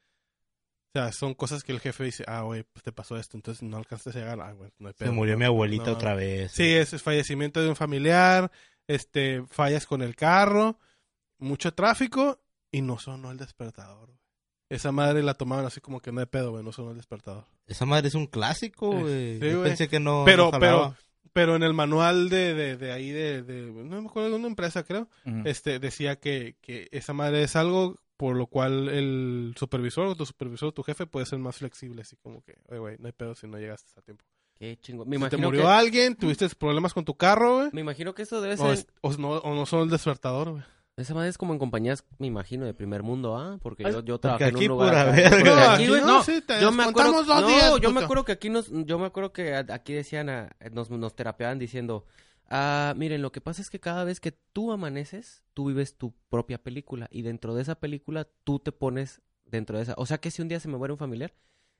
Speaker 1: O sea, son cosas que el jefe dice, ah, güey, pues te pasó esto, entonces no alcanzaste a llegar. Ah, güey, no hay
Speaker 4: Se
Speaker 1: pedo,
Speaker 4: murió
Speaker 1: no,
Speaker 4: mi abuelita
Speaker 1: no".
Speaker 4: otra vez.
Speaker 1: Sí, es, es fallecimiento de un familiar, este, fallas con el carro, mucho tráfico y no sonó el despertador. Esa madre la tomaban así como que no hay pedo, güey, no sonó el despertador.
Speaker 4: Esa madre es un clásico, güey.
Speaker 1: Sí,
Speaker 4: Yo
Speaker 1: güey.
Speaker 4: pensé que no.
Speaker 1: Pero,
Speaker 4: no
Speaker 1: pero,
Speaker 4: jalaba.
Speaker 1: pero en el manual de, de, de ahí de, de- no me acuerdo de una empresa, creo,
Speaker 3: Mm.
Speaker 1: este decía que, que esa madre es algo por lo cual el supervisor o tu supervisor o tu jefe puede ser más flexible, así como que, oye, güey, no hay pedo si no llegaste a tiempo.
Speaker 2: Qué chingo. Me
Speaker 1: Si te
Speaker 2: imagino,
Speaker 1: murió
Speaker 2: que,
Speaker 1: alguien, tuviste problemas con tu carro, güey,
Speaker 3: Oh,
Speaker 2: me imagino que eso debe
Speaker 1: o,
Speaker 2: ser...
Speaker 1: es- o no, o no sonó el despertador, güey.
Speaker 2: Esa madre es como en compañías, me imagino, de primer mundo, ¿ah? Porque
Speaker 1: Al-
Speaker 2: yo, yo
Speaker 4: Porque
Speaker 2: trabajé en un
Speaker 4: aquí
Speaker 2: lugar.
Speaker 4: pura
Speaker 2: acá.
Speaker 4: verga.
Speaker 2: Porque
Speaker 4: No,
Speaker 2: aquí,
Speaker 1: aquí
Speaker 2: güey,
Speaker 1: no,
Speaker 2: no.
Speaker 1: sí, te
Speaker 2: yo me acuerdo,
Speaker 1: descontamos dos
Speaker 2: no,
Speaker 1: días,
Speaker 2: yo
Speaker 1: puto.
Speaker 2: me acuerdo que aquí nos, yo me acuerdo que a- aquí decían, a- nos, nos terapeaban diciendo, ah, miren, lo que pasa es que cada vez que tú amaneces, tú vives tu propia película y dentro de esa película tú te pones dentro de esa. O sea que si un día se me muere un familiar,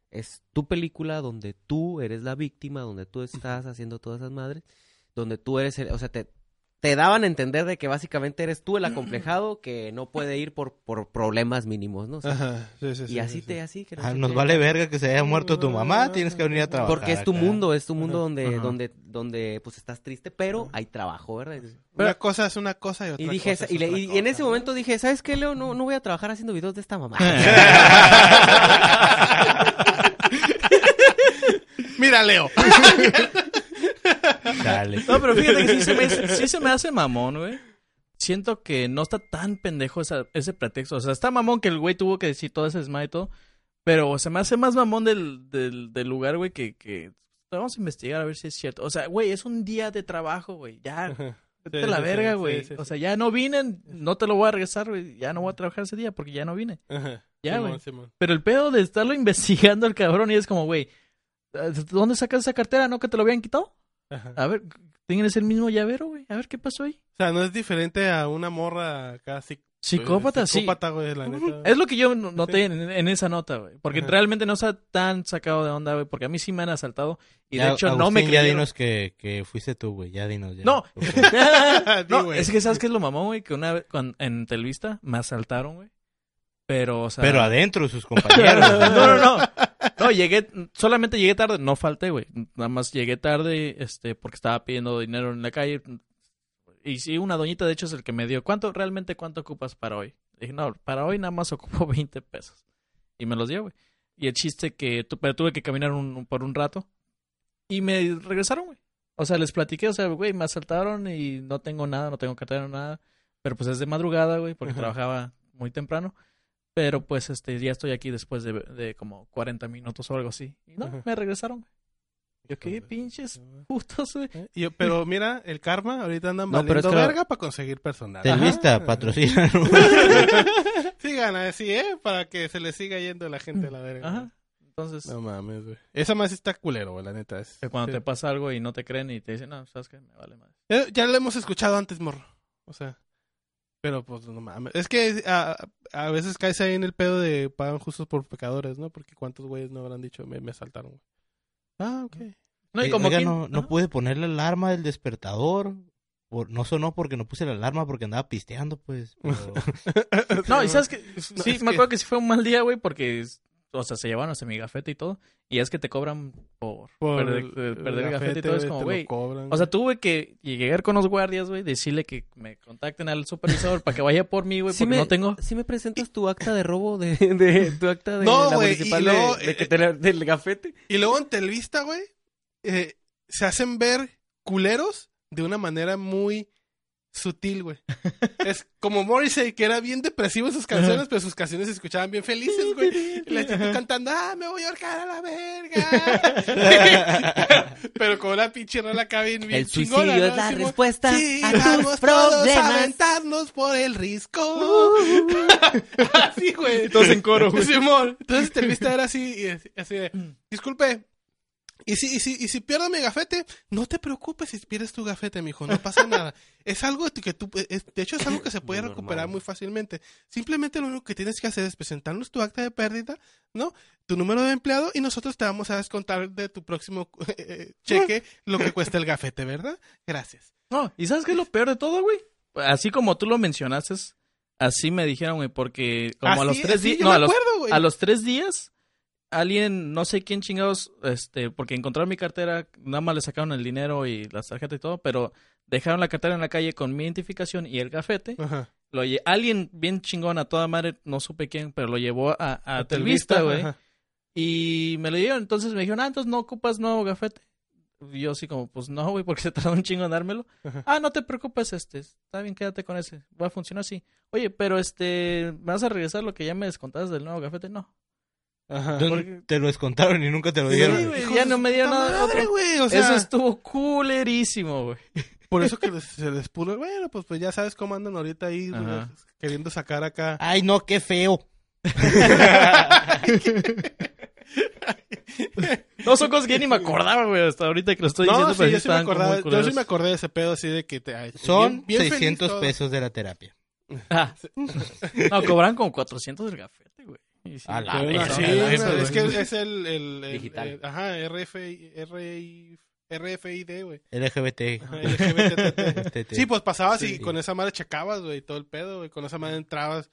Speaker 2: es tu película donde tú eres la víctima, donde tú estás haciendo todas esas madres, donde tú eres, el- o sea, te, te daban a entender de que básicamente eres tú el acomplejado que no puede ir por, por problemas mínimos, ¿no? O sea,
Speaker 1: Ajá, sí, sí, sí,
Speaker 2: y así
Speaker 1: sí,
Speaker 2: te,
Speaker 1: sí.
Speaker 2: así que no
Speaker 4: Ah,
Speaker 2: sé
Speaker 4: nos
Speaker 2: qué.
Speaker 4: vale verga que se haya muerto tu
Speaker 1: Ah,
Speaker 4: mamá, tienes que venir a trabajar.
Speaker 2: Porque es tu
Speaker 4: acá.
Speaker 2: mundo, es tu mundo
Speaker 1: Ajá,
Speaker 2: donde,
Speaker 3: ajá.
Speaker 2: donde, donde pues estás triste, pero hay trabajo, ¿verdad? Y-
Speaker 1: Una cosa es una cosa y otra
Speaker 2: Y dije,
Speaker 1: cosa es
Speaker 2: y, le-
Speaker 1: otra
Speaker 2: y- y en
Speaker 1: cosa,
Speaker 2: ese
Speaker 1: ¿no?
Speaker 2: momento dije, ¿sabes qué, Leo? No, no voy a trabajar haciendo videos de esta mamá.
Speaker 1: Mira, Leo.
Speaker 4: Dale.
Speaker 3: No, pero fíjate que sí se me, sí se me hace mamón, güey. Siento que no está tan pendejo esa- ese pretexto. O sea, está mamón que el güey tuvo que decir todo ese smite y todo. Pero se me hace más mamón del, del, del lugar, güey, que, que... Vamos a investigar a ver si es cierto. O sea, güey, es un día de trabajo, güey. Ya, vete a la
Speaker 1: sí, sí,
Speaker 3: verga,
Speaker 1: sí,
Speaker 3: güey.
Speaker 1: sí,
Speaker 3: O
Speaker 1: sí.
Speaker 3: sea, ya no vine, no te lo voy a regresar, güey. Ya no voy a trabajar ese día porque ya no vine.
Speaker 1: Ajá.
Speaker 3: Ya,
Speaker 1: Simón,
Speaker 3: güey.
Speaker 1: Simón.
Speaker 3: Pero el pedo de estarlo investigando al cabrón y es como, güey, ¿dónde sacas esa cartera? ¿No que te lo habían quitado?
Speaker 1: Ajá.
Speaker 3: A ver, tienes el mismo llavero, güey. A ver qué pasó ahí.
Speaker 1: O sea, no es diferente a una morra casi
Speaker 3: Psicópata, sí.
Speaker 1: Psicópata, güey, la neta.
Speaker 3: Es lo que yo no- noté en, en esa nota, güey. Porque
Speaker 1: Ajá.
Speaker 3: realmente no está tan sacado de onda, güey. Porque a mí sí me han asaltado. Y de
Speaker 4: Ya,
Speaker 3: hecho no me
Speaker 4: Agustín, Ya
Speaker 3: creyeron.
Speaker 4: dinos que, que fuiste tú, güey. Ya dinos. ya.
Speaker 3: No.
Speaker 4: Por favor.
Speaker 1: Sí,
Speaker 3: no,
Speaker 1: güey.
Speaker 3: es que sabes que es lo mamón, güey. Que una vez cuan- en Telvista me asaltaron, güey. Pero, o sea.
Speaker 4: Pero adentro, sus compañeros.
Speaker 3: no, no, no. No, llegué, solamente llegué tarde, no falté, güey. Nada más llegué tarde, este, porque estaba pidiendo dinero en la calle. Y sí, una doñita, de hecho, es el que me dio, ¿cuánto, realmente cuánto ocupas para hoy? Dije, no, para hoy nada más ocupo 20 pesos. Y me los dio, güey. Y el chiste que, tu- pero tuve que caminar un- por un rato. Y me regresaron, güey. O sea, les platiqué, o sea, güey, me asaltaron y no tengo nada, no tengo cartera, nada. Pero pues es de madrugada, güey, porque
Speaker 1: Ajá.
Speaker 3: trabajaba muy temprano. Pero pues este ya estoy aquí después de, de como 40 minutos o algo así. Y no,
Speaker 1: Ajá.
Speaker 3: me regresaron. Yo qué
Speaker 1: Híjole.
Speaker 3: pinches putos, güey.
Speaker 1: ¿Eh? Y- pero mira, el karma, ahorita andan
Speaker 2: No, pero
Speaker 1: valiendo
Speaker 2: es que-
Speaker 1: verga para conseguir personal.
Speaker 4: Telvista,
Speaker 1: Ajá.
Speaker 4: patrocina.
Speaker 1: Sigan así, ¿eh? Para que se le siga yendo la gente a la verga.
Speaker 3: Ajá. Entonces,
Speaker 1: No mames, güey. Esa más está culero, güey, la neta. Es,
Speaker 3: que cuando
Speaker 1: sí.
Speaker 3: te pasa algo y no te creen y te dicen, no, sabes qué, me vale más.
Speaker 1: Eh, Ya lo hemos escuchado antes, morro. O sea, pero pues no mames. Es que a, a veces caes ahí en el pedo de pagan justos por pecadores, ¿no? Porque cuántos güeyes no habrán dicho, me, me asaltaron, güey. Ah, ok.
Speaker 3: No, y
Speaker 4: Eh,
Speaker 3: como
Speaker 4: oiga,
Speaker 3: que-
Speaker 4: no, no
Speaker 3: Ajá.
Speaker 4: pude poner la alarma del despertador. Por- no sonó porque no puse la alarma porque andaba pisteando, pues. pero-
Speaker 3: No, y sabes que
Speaker 1: No,
Speaker 3: sí,
Speaker 1: es
Speaker 3: me acuerdo que sí fue un mal día, güey, porque es- o sea, se llevaron hasta mi gafete y todo, y es que te cobran por,
Speaker 1: Por
Speaker 3: perder, eh,
Speaker 1: el-
Speaker 3: perder
Speaker 1: el
Speaker 3: el gafete y todo,
Speaker 1: güey,
Speaker 3: es como,
Speaker 1: te lo
Speaker 3: güey.
Speaker 1: cobran,
Speaker 3: O sea,
Speaker 1: güey.
Speaker 3: tuve que llegar con los guardias, güey, decirle que me contacten al supervisor para que vaya por mí, güey,
Speaker 2: Si
Speaker 3: porque
Speaker 2: me,
Speaker 3: no tengo.
Speaker 2: si me presentas tu acta de robo de, de- tu acta de
Speaker 1: No,
Speaker 2: la
Speaker 1: güey, y
Speaker 2: municipal
Speaker 1: luego,
Speaker 2: de- de que
Speaker 1: eh,
Speaker 2: te la- del gafete.
Speaker 1: Y luego en Televista, güey, eh, se hacen ver culeros de una manera muy sutil, güey. es como Morrissey, que era bien depresivo en sus canciones, pero sus canciones se escuchaban bien felices, güey. Y la gente cantando, ah, me voy a ahorcar a la verga. pero con una pinche rola acá bien, bien
Speaker 2: El suicidio
Speaker 1: chingona, ¿no?
Speaker 2: es la
Speaker 1: Así, güey,
Speaker 2: respuesta
Speaker 1: Sí,
Speaker 2: a tus
Speaker 1: vamos todos a
Speaker 2: problemas.
Speaker 1: aventarnos por el risco.
Speaker 2: Uh.
Speaker 1: así, güey.
Speaker 3: Todos en coro, güey.
Speaker 1: Simón. Entonces el televista era así, y así, así de, disculpe, y si, y, si, y si pierdo mi gafete, no te preocupes si pierdes tu gafete, mijo, no pasa nada. Es algo que tú, es- de hecho es algo que se puede
Speaker 2: Muy
Speaker 1: recuperar
Speaker 2: normal.
Speaker 1: muy fácilmente. Simplemente lo único que tienes que hacer es presentarnos tu acta de pérdida, ¿no? Tu número de empleado y nosotros te vamos a descontar de tu próximo eh, cheque lo que cuesta el gafete, ¿verdad? Gracias.
Speaker 3: No, y sabes qué es lo peor de todo, güey. Así como tú lo mencionaste, así me dijeron, güey, porque como
Speaker 1: Así-
Speaker 3: a los tres
Speaker 1: así
Speaker 3: días.
Speaker 1: yo
Speaker 3: No,
Speaker 1: me
Speaker 3: a los
Speaker 1: acuerdo, güey.
Speaker 3: A los tres días, alguien, no sé quién chingados, este, porque encontraron mi cartera, nada más le sacaron el dinero y las tarjetas y todo, pero dejaron la cartera en la calle con mi identificación y el gafete.
Speaker 1: Ajá.
Speaker 3: Lo lle- alguien bien chingón a toda madre, no supe quién, pero lo llevó a, a,
Speaker 1: A
Speaker 3: Telvista,
Speaker 1: Telvista,
Speaker 3: güey.
Speaker 1: ajá.
Speaker 3: Y me lo dieron, entonces me dijeron, ah, entonces no ocupas nuevo gafete. Y yo así como, pues no, güey, porque se tardó un chingo en dármelo.
Speaker 1: Ajá.
Speaker 3: Ah, no te preocupes, este, está bien, quédate con ese, va a funcionar así. Oye, pero este, ¿me vas a regresar lo que ya me descontaste del nuevo gafete? No.
Speaker 1: Ajá.
Speaker 4: Entonces, te lo descontaron y nunca te lo
Speaker 1: Sí,
Speaker 4: dieron.
Speaker 1: güey,
Speaker 3: ya
Speaker 1: hijo de
Speaker 3: no
Speaker 1: su
Speaker 3: me dieron
Speaker 1: puta
Speaker 3: nada
Speaker 1: madre,
Speaker 3: otro.
Speaker 1: güey, o sea,
Speaker 3: Eso estuvo culerísimo, güey.
Speaker 1: Por eso que les- se les pudo. Bueno, pues, pues ya sabes cómo andan ahorita ahí
Speaker 3: Ajá. Ah,
Speaker 1: güey, queriendo sacar acá.
Speaker 4: Ay, no, qué feo.
Speaker 3: No, son cosas que yo ni me acordaba, güey. Hasta ahorita que lo estoy diciendo,
Speaker 1: no, sí,
Speaker 3: pero
Speaker 1: yo
Speaker 3: sí
Speaker 1: sí, me
Speaker 3: estaban como
Speaker 1: acordaba-
Speaker 3: muy
Speaker 1: yo sí
Speaker 3: culeros.
Speaker 1: me acordé de ese pedo así de que te, ay,
Speaker 4: Son
Speaker 1: bien- bien feliz
Speaker 4: 600
Speaker 1: todo.
Speaker 4: pesos de la terapia.
Speaker 3: Ah. No, cobran como 400 del cafete, güey. Y Ah, sí,
Speaker 4: A la
Speaker 1: Pero
Speaker 3: güey,
Speaker 1: una-
Speaker 4: verga,
Speaker 1: sí,
Speaker 3: no, no,
Speaker 1: una-
Speaker 3: eso,
Speaker 1: es
Speaker 3: güey.
Speaker 1: que es el, el- el-
Speaker 2: Digital.
Speaker 1: el- ajá, RFI, RI, RFID, güey.
Speaker 4: LGBT.
Speaker 1: Ajá, LGBTT.
Speaker 4: TT.
Speaker 1: Sí, pues pasabas y
Speaker 4: Sí.
Speaker 1: con esa madre checabas, güey, todo el pedo, güey. Con esa madre entrabas.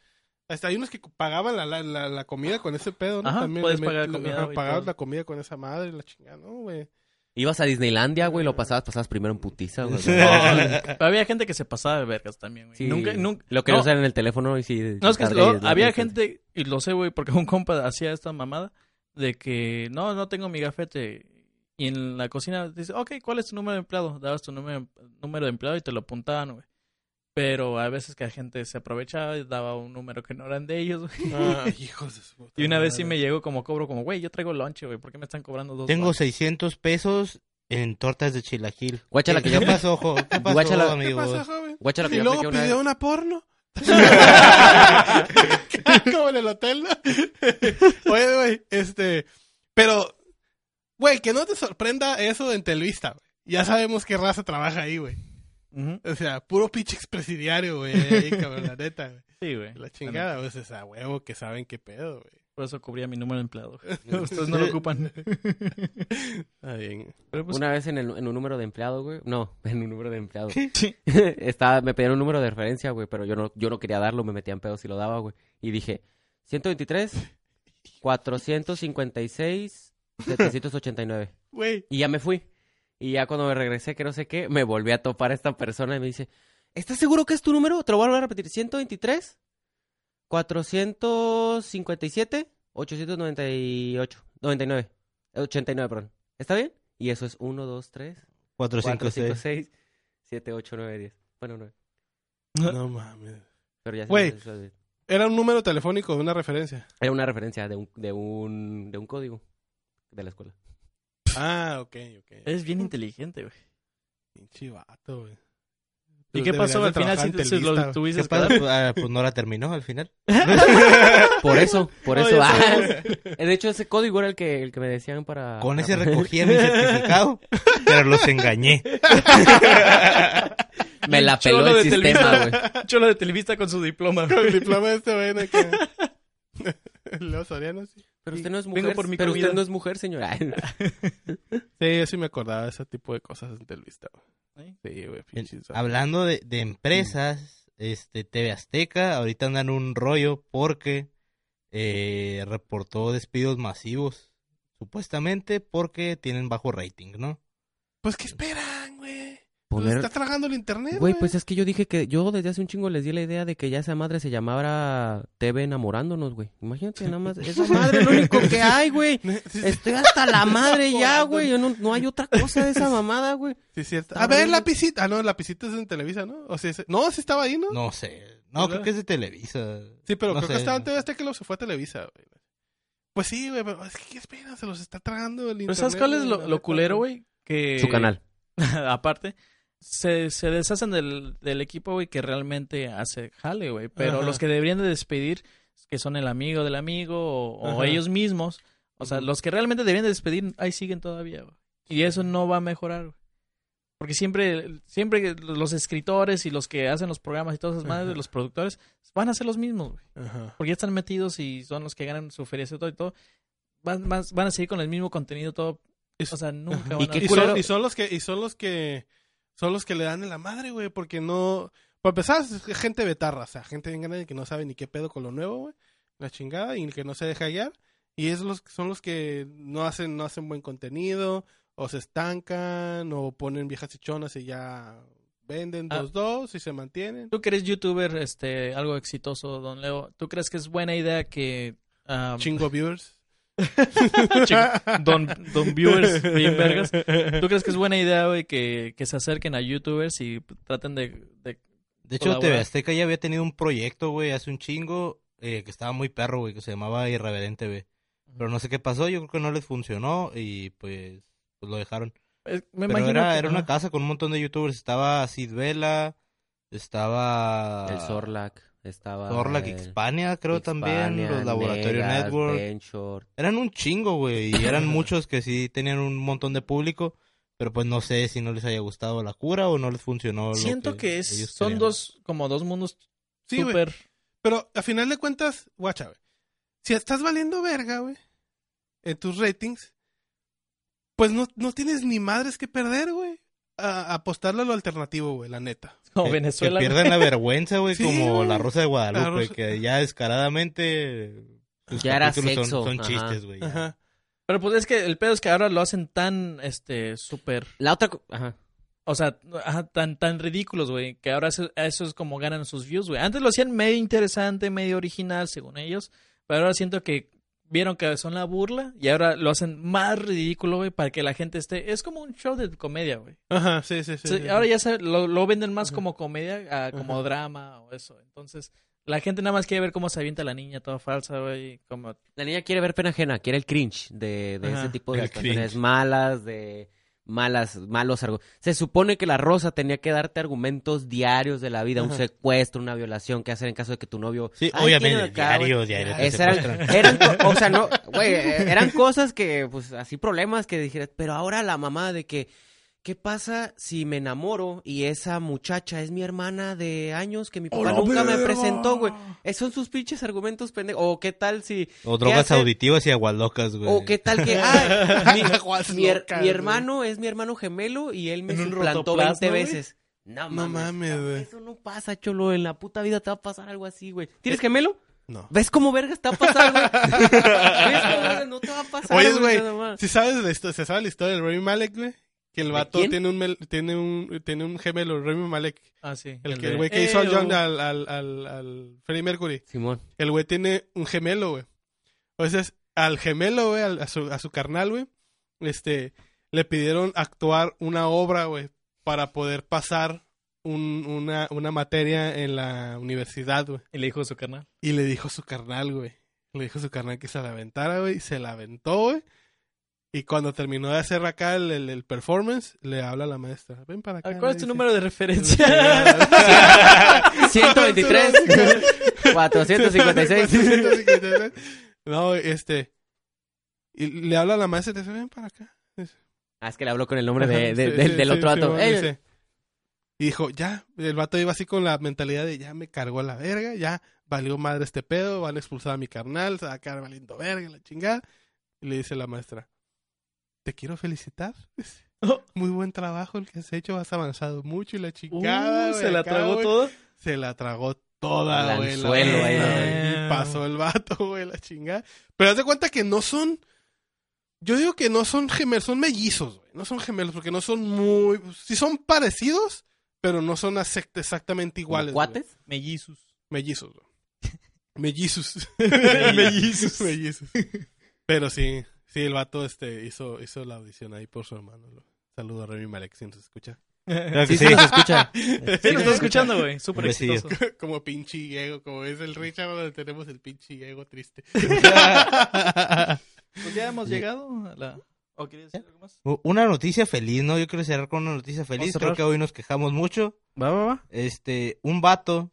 Speaker 1: Hasta hay unos que pagaban la, la, la, la comida con ese pedo, ¿no?
Speaker 3: Ajá,
Speaker 1: También
Speaker 3: puedes
Speaker 1: le
Speaker 3: pagar
Speaker 1: met-
Speaker 3: comida,
Speaker 1: ajá,
Speaker 3: güey,
Speaker 1: pagabas
Speaker 3: todo.
Speaker 1: la comida con esa madre, la chingada, ¿no, güey?
Speaker 2: Ibas a Disneylandia, güey, lo pasabas, pasabas primero en putiza, güey.
Speaker 3: Pero había gente que se pasaba de vergas también, güey.
Speaker 2: Sí.
Speaker 3: Nunca, nunca.
Speaker 2: Lo que
Speaker 3: no,
Speaker 2: no en el teléfono y sí.
Speaker 3: No, es que
Speaker 2: descarga y
Speaker 3: lo-
Speaker 2: descarga
Speaker 3: había
Speaker 2: y-
Speaker 3: gente, y lo sé, güey, porque un compa hacía esta mamada de que no, no tengo mi gafete. Y en la cocina dice, ok, ¿cuál es tu número de empleado? Dabas tu número, número de empleado y te lo apuntaban, güey. Pero a veces que la gente se aprovechaba y daba un número que no eran de ellos, güey.
Speaker 1: Ah, hijos de su puta
Speaker 3: Y una vez sí me
Speaker 1: madre.
Speaker 3: llegó como cobro, como, güey, yo traigo lonche, güey, ¿por qué me están cobrando dos?
Speaker 4: Tengo
Speaker 3: lonches?"
Speaker 4: 600 pesos en tortas de chilaquil.
Speaker 2: Guáchala que
Speaker 4: ¿Qué,
Speaker 2: yo-
Speaker 4: ¿Qué pasó, jo? ¿Qué pasó,
Speaker 2: Guáchala-
Speaker 1: ¿Qué pasa,
Speaker 4: amigos?
Speaker 1: joven?
Speaker 2: Guacha lo que
Speaker 1: Y
Speaker 2: yo
Speaker 1: luego
Speaker 2: apliqué una
Speaker 1: pidió
Speaker 2: vez.
Speaker 1: una porno. Como en el hotel, ¿no? Oye, güey, este. Pero, güey, que no te sorprenda eso en Telvista, güey. Ya sabemos qué raza trabaja ahí, güey.
Speaker 3: Ujú.
Speaker 1: O sea, puro pinche expresidiario, güey. Ahí, cabrón, la neta, güey.
Speaker 3: Sí, güey.
Speaker 1: La chingada, güey. O sea, huevo que saben qué pedo, güey.
Speaker 3: Por eso cubría mi número de empleado. güey. Ustedes no lo ocupan.
Speaker 1: Está bien.
Speaker 3: Pero pues,
Speaker 2: Una vez en, el- en un número de empleado, güey. No, en un número de empleado.
Speaker 3: sí.
Speaker 2: Estaba, me pedían un número de referencia, güey, pero yo no, yo no quería darlo, me metían pedos y lo daba, güey. Y dije, 123, 456, 789.
Speaker 1: Güey,
Speaker 2: Y ya me fui. Y ya cuando me regresé, que no sé qué, me volví a topar a esta persona y me dice, ¿estás seguro que es tu número? Te lo voy a volver a repetir. 123, 457, 898, 99, 89, perdón. ¿Está bien? Y eso es 1, 2, 3,
Speaker 4: 4,
Speaker 2: 4,
Speaker 4: 5,
Speaker 2: 5,
Speaker 4: 6.
Speaker 2: 6, 7, 8, 9, 10. Bueno, 9.
Speaker 1: no mames.
Speaker 2: Pero ya se-
Speaker 1: Güey.
Speaker 2: se- se-
Speaker 1: Era un número telefónico de una referencia.
Speaker 2: Era una referencia de un, de un, de un código de la escuela.
Speaker 1: Ah, ok, ok.
Speaker 3: Eres bien inteligente, güey.
Speaker 1: Pinche vato, güey.
Speaker 3: ¿Y qué
Speaker 1: Deberías
Speaker 3: pasó
Speaker 1: de
Speaker 3: al final
Speaker 1: trabajar
Speaker 3: si
Speaker 1: en
Speaker 3: te- si
Speaker 1: Televista,
Speaker 3: lo
Speaker 1: güey.
Speaker 3: tuviste
Speaker 4: ¿Qué
Speaker 3: que dar?
Speaker 4: pasa? Pues, ah, pues no la terminó al final.
Speaker 2: Por eso, por eso.
Speaker 1: Oye,
Speaker 2: ah,
Speaker 1: ¿sabes?
Speaker 2: de hecho, ese código era el que, el que me decían para...
Speaker 4: Con ese
Speaker 2: para-
Speaker 4: recogía mi certificado, pero los engañé.
Speaker 2: Me la peló
Speaker 3: Cholo
Speaker 2: el
Speaker 3: de
Speaker 2: sistema, güey.
Speaker 3: Cholo de Televista con su diploma.
Speaker 1: Con el diploma de este güey de que... Leo Soriano, sí.
Speaker 2: Pero usted no es
Speaker 3: Vengo
Speaker 2: mujer.
Speaker 3: por mi
Speaker 2: pero
Speaker 3: comida.
Speaker 2: usted no es mujer, señora.
Speaker 1: Sí, yo sí me acordaba de ese tipo de cosas en Televista, güey.
Speaker 3: ¿Sí?
Speaker 1: Sí, güey, pinches.
Speaker 4: Hablando de, de empresas, este TV Azteca, ahorita andan un rollo porque eh, reportó despidos masivos, supuestamente porque tienen bajo rating, ¿no?
Speaker 1: Pues, ¿qué esperan, güey? Pues, Está
Speaker 2: Poner.
Speaker 1: tragando el internet,
Speaker 2: Güey, pues es que yo dije que yo desde hace un chingo les di la idea de que ya esa madre se llamara TV enamorándonos, güey. Imagínate nada más, esa madre es lo único que hay, güey.
Speaker 1: Sí, sí,
Speaker 2: Estoy hasta la madre ya, güey. Yo no, no hay otra cosa de esa mamada, güey.
Speaker 1: sí, es cierto.
Speaker 2: Está
Speaker 1: A ver,
Speaker 2: bien.
Speaker 1: Lapicita. Ah, no, Lapicita es en Televisa, ¿no? O sí, es- No, sí estaba ahí, ¿no?
Speaker 4: No sé, no, creo que es de Televisa.
Speaker 1: Sí, pero
Speaker 4: No
Speaker 1: creo que
Speaker 4: sé.
Speaker 1: estaba en TV Azteca y luego se fue a Televisa, güey. Pues sí, güey, pero es que, ¿qué esperan? Se los está tragando el
Speaker 3: Pero
Speaker 1: internet.
Speaker 3: ¿sabes cuál es
Speaker 1: güey,
Speaker 3: lo,
Speaker 1: la
Speaker 3: lo
Speaker 1: neta,
Speaker 3: culero, güey? Que...
Speaker 2: Su canal.
Speaker 3: aparte, se, se deshacen del, del equipo, güey, que realmente hace jale, güey. Pero
Speaker 1: Ajá.
Speaker 3: los que deberían de despedir, que son el amigo del amigo o, o
Speaker 1: Ajá.
Speaker 3: ellos mismos, o sea, los que realmente deberían de despedir, ahí siguen todavía, güey. Y eso no va a mejorar, güey. Porque siempre, siempre los escritores y los que hacen los programas y todas esas madres,
Speaker 1: Ajá.
Speaker 3: los productores, van a ser los mismos, güey.
Speaker 1: Ajá.
Speaker 3: porque ya están metidos y son los que ganan su feria y todo y todo, van, van, van a seguir con el mismo contenido todo.
Speaker 1: Es-
Speaker 3: O sea, nunca
Speaker 1: Ajá.
Speaker 3: van
Speaker 2: ¿Y
Speaker 3: a...
Speaker 2: qué
Speaker 1: y,
Speaker 2: culero-
Speaker 1: son, y son los que y son los que son los que le dan en la madre, güey, porque no para empezar es gente betarra, o sea, gente bien grande que no sabe ni qué pedo con lo nuevo, güey, la chingada y que no se deja hallar y es los son los que no hacen no hacen buen contenido o se estancan o ponen viejas chichonas y ya venden
Speaker 3: Ah.
Speaker 1: dos dos y se mantienen.
Speaker 3: Tú que eres youtuber, este, algo exitoso, don Leo, ¿tú crees que es buena idea que... ah,
Speaker 1: Chingo viewers.
Speaker 3: ching- don, don viewers, bien vergas, ¿tú crees que es buena idea, güey, que, que se acerquen a youtubers y traten de... de-
Speaker 4: De hecho,
Speaker 3: Colaborar.
Speaker 4: TV Azteca ya había tenido un proyecto, güey, hace un chingo, eh, que estaba muy perro, güey, que se llamaba Irreverente, güey. Pero no sé qué pasó, yo creo que no les funcionó y pues, pues lo dejaron.
Speaker 3: Es- me
Speaker 4: Pero
Speaker 3: imagino
Speaker 4: era,
Speaker 3: que-
Speaker 4: era una
Speaker 3: ajá.
Speaker 4: casa con un montón de youtubers. Estaba Sid Vela, estaba...
Speaker 2: El Ah. Zorlac estaba...
Speaker 4: Zorlac
Speaker 2: el
Speaker 4: Hispania, creo también.
Speaker 2: Hispania,
Speaker 4: Los Laboratorio
Speaker 2: Negas,
Speaker 4: Network.
Speaker 2: Venture.
Speaker 4: Eran un chingo, güey. Y eran muchos que sí tenían un montón de público. Pero pues no sé si no les haya gustado la cura o no les funcionó. lo
Speaker 3: Siento que es,
Speaker 4: ellos
Speaker 3: son
Speaker 4: querían.
Speaker 3: dos, como dos mundos
Speaker 1: Sí, güey.
Speaker 3: súper...
Speaker 1: Pero a final de cuentas, guacha, güey. Si estás valiendo verga, güey, en tus ratings, pues no, no tienes ni madres que perder, güey. A, a apostarle a lo alternativo, güey, la neta.
Speaker 3: Como
Speaker 4: que,
Speaker 3: Venezuela.
Speaker 4: Que pierdan la vergüenza, güey,
Speaker 1: Sí,
Speaker 4: como
Speaker 1: güey.
Speaker 4: la Rosa de Guadalupe,
Speaker 1: La Rosa-
Speaker 4: que ya descaradamente. sus
Speaker 2: Ya era
Speaker 4: capítulos
Speaker 2: sexo,
Speaker 4: son- Son,
Speaker 2: ajá.
Speaker 4: chistes, güey.
Speaker 1: Ajá.
Speaker 3: Pero pues es que el pedo es que ahora lo hacen tan, este, súper...
Speaker 2: La otra... co- Ajá.
Speaker 3: O sea, ajá, tan, tan ridículos, güey. Que ahora eso, a eso es como ganan sus views, güey. Antes lo hacían medio interesante, medio original, según ellos. Pero ahora siento que vieron que son la burla y ahora lo hacen más ridículo, güey, para que la gente esté... Es como un show de comedia, güey.
Speaker 1: Ajá, sí, sí, sí.
Speaker 3: Sí,
Speaker 1: sí,
Speaker 3: ahora
Speaker 1: sí.
Speaker 3: ya se- lo, lo venden más
Speaker 2: Ajá.
Speaker 3: como comedia, a como drama o eso. Entonces, la gente nada más quiere ver cómo se avienta la niña toda falsa, güey. Como...
Speaker 2: La niña quiere ver pena ajena, quiere el cringe de, de
Speaker 1: Ajá,
Speaker 2: ese tipo de
Speaker 4: el
Speaker 2: situaciones
Speaker 4: cringe.
Speaker 2: malas, de malas, malos argumentos. Se supone que la rosa tenía que darte argumentos diarios de la vida, un
Speaker 1: Ajá.
Speaker 2: secuestro, una violación, qué hacer en caso de que tu novio...
Speaker 4: Sí,
Speaker 2: Ay,
Speaker 4: obviamente,
Speaker 2: tiene acá, güey.
Speaker 4: diario, diario. te
Speaker 2: Esas eran,
Speaker 4: secuestran.
Speaker 2: eran co- o sea, no, güey, eh, eran cosas que, pues, así problemas que dijeras, pero ahora la mamá de que, ¿qué pasa si me enamoro y esa muchacha es mi hermana de años que mi papá nunca me presentó, güey? Eh, Son sus pinches argumentos pendejos. O qué tal si,
Speaker 4: O drogas
Speaker 2: hace?
Speaker 4: auditivas y agualocas, güey.
Speaker 2: o qué tal que, ah, mi,
Speaker 1: Aguas
Speaker 2: mi, her-
Speaker 1: locas,
Speaker 2: mi hermano es mi hermano gemelo y él me
Speaker 1: En un
Speaker 2: suplantó
Speaker 1: rotoplas,
Speaker 2: 20
Speaker 1: ¿no, güey?
Speaker 2: veces. No
Speaker 1: No
Speaker 2: mames,
Speaker 1: mames,
Speaker 2: cabrón,
Speaker 1: güey.
Speaker 2: Eso no pasa, cholo. En la puta vida te va a pasar algo así, güey.
Speaker 1: Eh.
Speaker 2: ¿Tienes gemelo?
Speaker 1: No.
Speaker 2: ¿Ves cómo verga está pasando? ¿Ves cómo verga no te va a pasar?
Speaker 1: Oye, güey,
Speaker 2: nada más.
Speaker 1: si sabes la historia, se sabe la historia del Remy Malek, güey. Que el
Speaker 2: ¿De
Speaker 1: vato
Speaker 2: quién?
Speaker 1: tiene un, mel- tiene un tiene un gemelo, Remy Malek.
Speaker 3: Ah, sí.
Speaker 1: El que-
Speaker 3: de-
Speaker 1: el güey que hizo al
Speaker 3: Eh,
Speaker 1: John,
Speaker 3: oh.
Speaker 1: al, al, al, al Freddie Mercury.
Speaker 2: Simón.
Speaker 1: El güey tiene un gemelo, güey. O sea, es- al gemelo, güey, al- a, su, a su carnal, güey, este, le pidieron actuar una obra, güey, para poder pasar un- una, una materia en la universidad, güey.
Speaker 3: Y le dijo a su carnal.
Speaker 1: Y le dijo su carnal, güey. Le dijo su carnal que se la aventara, güey, y se la aventó, güey. Y cuando terminó de hacer acá el, el- el performance, le habla a la maestra. Ven para acá.
Speaker 3: Ah,
Speaker 1: le
Speaker 3: ¿Cuál es tu
Speaker 1: dice.
Speaker 3: número de referencia?
Speaker 2: 123. 456.
Speaker 1: 456. No, este. Y le habla a la maestra y le dice, ven para acá.
Speaker 2: Ah, es que le habló con el nombre
Speaker 1: Ajá,
Speaker 2: de, de-
Speaker 1: sí,
Speaker 2: del,
Speaker 1: sí,
Speaker 2: del
Speaker 1: sí,
Speaker 2: otro vato.
Speaker 1: Simón,
Speaker 2: Eh,
Speaker 1: dice. Y dijo, ya, el vato iba así con la mentalidad de ya me cargó la verga, ya valió madre este pedo, van a expulsar a mi carnal, se va a quedar valiendo verga, la chingada. Y le dice la maestra, te quiero felicitar. Dice, Muy buen trabajo el que has hecho, has avanzado mucho y la chingada.
Speaker 3: Uh,
Speaker 1: güey,
Speaker 3: se la
Speaker 1: acá,
Speaker 3: tragó
Speaker 1: güey".
Speaker 3: todo.
Speaker 1: Se la tragó toda,
Speaker 2: El
Speaker 1: güey. la
Speaker 2: anzuelo
Speaker 1: verga,
Speaker 2: ahí,
Speaker 1: güey.
Speaker 3: güey.
Speaker 1: Y pasó el vato, güey, la chingada. Pero haz de cuenta que no son. Yo digo que no son gemelos, son mellizos, güey. No son gemelos porque no son muy. Sí son parecidos, pero no son asect- exactamente
Speaker 2: ¿como
Speaker 1: iguales. güey.
Speaker 2: ¿Cuates?
Speaker 3: Mellizos.
Speaker 1: Mellizos, güey. Mellizos. mellizos. mellizos. Pero sí, sí, el vato este, hizo, hizo la audición ahí por su hermano. güey. Saludo a Remy Malek, si nos escucha.
Speaker 4: Claro que
Speaker 2: Sí,
Speaker 4: sí.
Speaker 2: sí, nos escucha.
Speaker 3: Sí, lo está escuchando, güey. Súper
Speaker 4: Un besillo.
Speaker 3: exitoso.
Speaker 1: como pinche ego, como es el Richard, donde tenemos el pinche ego triste.
Speaker 3: Pues ya hemos llegado a la... ¿O querías decir algo más?
Speaker 4: U- Una noticia feliz, ¿no? Yo quiero cerrar con una noticia
Speaker 3: Vamos
Speaker 4: feliz.
Speaker 3: a cerrar.
Speaker 4: Creo que hoy nos quejamos mucho.
Speaker 3: Va, va, va.
Speaker 4: Este, un vato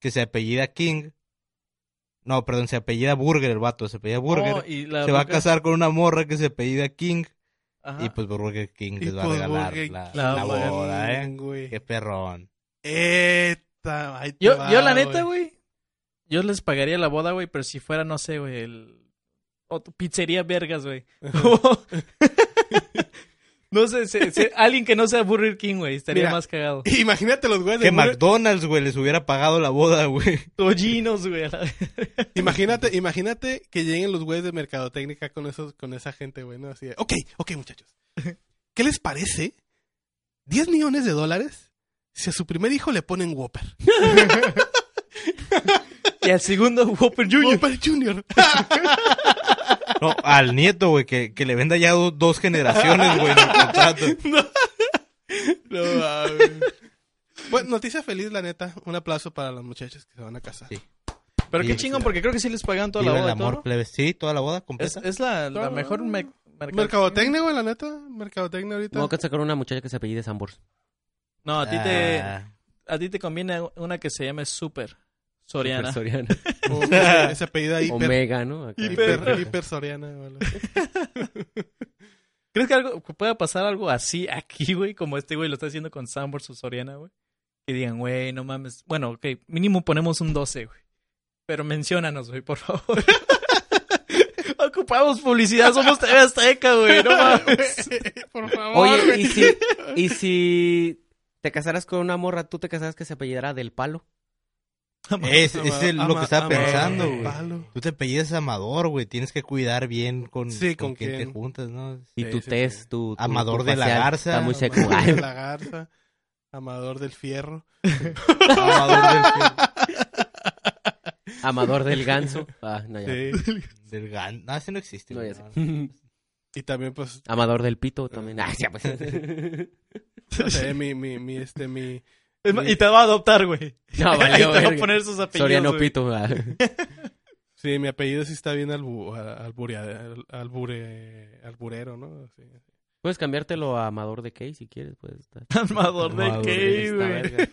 Speaker 4: que se apellida King. No, perdón, se apellida Burger el vato, se apellida Burger.
Speaker 3: Oh, y la
Speaker 4: se va a
Speaker 3: boca-
Speaker 4: casar con una morra que se apellida King.
Speaker 3: Ajá.
Speaker 4: Y pues Burger King
Speaker 1: Y
Speaker 4: les va a
Speaker 1: pues,
Speaker 4: regalar
Speaker 1: Burger
Speaker 4: la,
Speaker 1: King,
Speaker 4: la
Speaker 3: la
Speaker 4: boda, ¿eh?
Speaker 1: güey.
Speaker 4: Qué perrón.
Speaker 1: Eta, ahí te
Speaker 3: Yo,
Speaker 1: va,
Speaker 3: yo la neta, güey. Yo les pagaría la boda, güey, pero si fuera, no sé, güey, el... o tu pizzería vergas, güey. no sé, se- se- alguien que no sea Burger King, güey, estaría
Speaker 1: Mira.
Speaker 3: más cagado.
Speaker 1: Imagínate los güeyes de
Speaker 4: Que
Speaker 1: Burger,
Speaker 4: McDonald's, güey, les hubiera pagado la boda, güey.
Speaker 3: Tollinos, güey. a la-
Speaker 1: imagínate, imagínate que lleguen los güeyes de mercadotecnia con esos, con esa gente, güey, ¿no? Así de, ok, ok, muchachos. ¿Qué les parece? 10 millones de dólares si a su primer hijo le ponen Whopper.
Speaker 3: Y al segundo, Whopper Jr.
Speaker 1: Whopper Junior.
Speaker 4: No, al nieto, güey, que, que le venda ya do- dos generaciones, güey, en el contrato.
Speaker 1: No mames. Bueno, noticia feliz, la neta. Un aplauso para las muchachas que se van a casar.
Speaker 4: Sí.
Speaker 3: Pero qué
Speaker 4: Sí,
Speaker 3: chingón,
Speaker 4: sí.
Speaker 3: porque creo que sí les pagaron toda la
Speaker 4: Viva el
Speaker 3: boda. y todo,
Speaker 4: amor, pues,
Speaker 3: ¿no?
Speaker 4: plebes. Sí, toda la boda
Speaker 3: Es,
Speaker 4: completa.
Speaker 3: es la, la
Speaker 1: Todo.
Speaker 3: mejor me-
Speaker 1: Mercadotecnia, güey, la neta. Mercadotecnia ahorita.
Speaker 2: Tengo que sacar una muchacha que se apellide Sambors.
Speaker 3: No, a ti te,
Speaker 4: Ah,
Speaker 3: a ti te conviene una que se llame Super Soriana.
Speaker 2: Soriana.
Speaker 1: O ese ese apellido ahí, hiper,
Speaker 2: Omega, ¿no? Acá.
Speaker 1: hiper, hiper soriana, güey.
Speaker 3: ¿Crees que algo que pueda pasar algo así aquí, güey? Como este güey lo está haciendo con Sam versus Soriana, güey. Que digan, güey, no mames. Bueno, ok, mínimo ponemos un 12, güey. Pero menciónanos, güey, por favor. Ocupamos publicidad, somos TV Azteca, güey, no mames.
Speaker 1: Por favor,
Speaker 2: Oye,
Speaker 1: güey.
Speaker 2: ¿y si, ¿y si te casaras con una morra, tú te casaras que se apellidara Del Palo?
Speaker 4: Es, es el- lo
Speaker 1: Ama-
Speaker 4: que estaba
Speaker 1: ama-
Speaker 4: pensando,
Speaker 1: ama-
Speaker 4: güey.
Speaker 1: palo.
Speaker 4: Tú te apellidas Amador, güey. Tienes que cuidar bien con,
Speaker 1: Sí,
Speaker 4: con,
Speaker 1: con
Speaker 4: quién te
Speaker 1: quién.
Speaker 4: juntas, ¿no?
Speaker 2: Y
Speaker 1: Sí,
Speaker 2: tu
Speaker 1: sí,
Speaker 2: test,
Speaker 1: sí.
Speaker 2: tu, tu-
Speaker 4: Amador
Speaker 2: tu
Speaker 4: de la
Speaker 2: facial.
Speaker 4: Garza.
Speaker 2: Está muy seco.
Speaker 1: Amador
Speaker 2: Ay,
Speaker 1: de la garza. Amador del fierro.
Speaker 4: Amador
Speaker 2: Amador del Ganso. Ah, no, ya.
Speaker 1: Sí.
Speaker 4: del, del gan. No, ese no existe.
Speaker 2: No,
Speaker 4: güey.
Speaker 2: ya sé.
Speaker 4: No,
Speaker 1: Y también, pues,
Speaker 2: Amador del Pito también. Ah, ya, pues.
Speaker 1: no sé, mi, mi, mi, este, mi...
Speaker 3: Es más, Y te va a adoptar, güey.
Speaker 2: No,
Speaker 3: Ahí
Speaker 2: valió
Speaker 3: te va a
Speaker 2: verga.
Speaker 3: poner sus apellidos.
Speaker 2: Soriano
Speaker 3: güey.
Speaker 2: Pito. ah.
Speaker 1: Sí, mi apellido sí está bien albu, al- alburea- al- albure, alburero, ¿no? Sí.
Speaker 2: Puedes cambiártelo a Amador de Key si quieres. Pues, está-
Speaker 3: Amador de
Speaker 4: Amador
Speaker 3: qué,
Speaker 2: está
Speaker 3: güey.
Speaker 2: verga.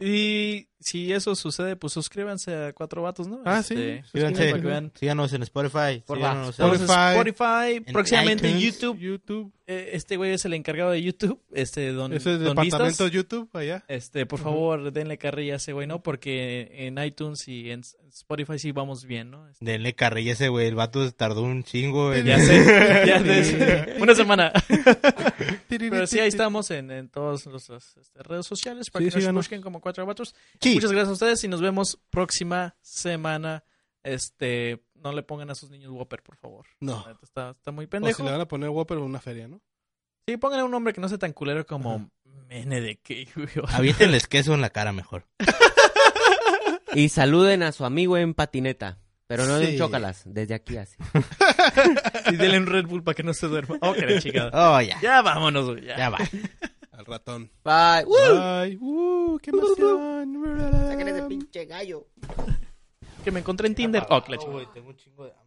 Speaker 3: Y si eso sucede, pues suscríbanse a Cuatro Vatos, ¿no?
Speaker 1: Ah, sí.
Speaker 3: Este,
Speaker 4: Síganse.
Speaker 3: suscríbanse para que vean.
Speaker 4: Síganos en Spotify.
Speaker 2: Por
Speaker 4: síganos en-
Speaker 1: favor.
Speaker 3: Entonces,
Speaker 1: Spotify.
Speaker 3: Spotify,
Speaker 4: En
Speaker 3: próximamente en
Speaker 4: iTunes.
Speaker 3: YouTube.
Speaker 1: YouTube.
Speaker 3: Eh, Este güey es el encargado de YouTube. Este, don,
Speaker 1: Ese es el
Speaker 3: don
Speaker 1: departamento
Speaker 3: Vistas.
Speaker 1: YouTube allá.
Speaker 3: Este, por
Speaker 1: Ujú.
Speaker 3: favor, denle carrilla a ese güey, ¿no? Porque en iTunes y en Spotify sí vamos bien, ¿no? Este,
Speaker 4: Denle carrilla a ese, güey. El vato tardó un chingo. en-
Speaker 3: Ya sé, ya sé. Una semana. Pero sí, ahí
Speaker 1: está.
Speaker 3: estamos en, en todas nuestras este, redes sociales para
Speaker 1: Sí,
Speaker 3: que nos
Speaker 1: síganos.
Speaker 3: busquen como Cuatro Vatos.
Speaker 4: Sí.
Speaker 3: Muchas gracias a ustedes y nos vemos próxima semana. Este, no le pongan a sus niños Whopper, por favor.
Speaker 1: No.
Speaker 3: Neta, Está, está muy
Speaker 1: O
Speaker 3: pendejo.
Speaker 1: si le van a poner Whopper en una feria, ¿no?
Speaker 3: Sí, pónganle un nombre que no sea tan culero como Mene de Key, güey.
Speaker 4: Aviéntenles queso en la cara mejor.
Speaker 2: Y saluden a su amigo en patineta. Pero no
Speaker 1: Sí.
Speaker 2: en chócalas, desde aquí así.
Speaker 3: Y denle un Red Bull para que no se duerma. Oh, que la chingada.
Speaker 4: Oh, ya.
Speaker 3: Ya vámonos, güey. Ya.
Speaker 4: Ya va.
Speaker 1: Al ratón.
Speaker 2: Bye. ¡Uh!
Speaker 1: Ay, uh, qué emoción.
Speaker 2: Sáquenle ese pinche gallo.
Speaker 3: Que me encontré en Tinder. Oh, que la chingada.
Speaker 4: tengo un chingo de hambre.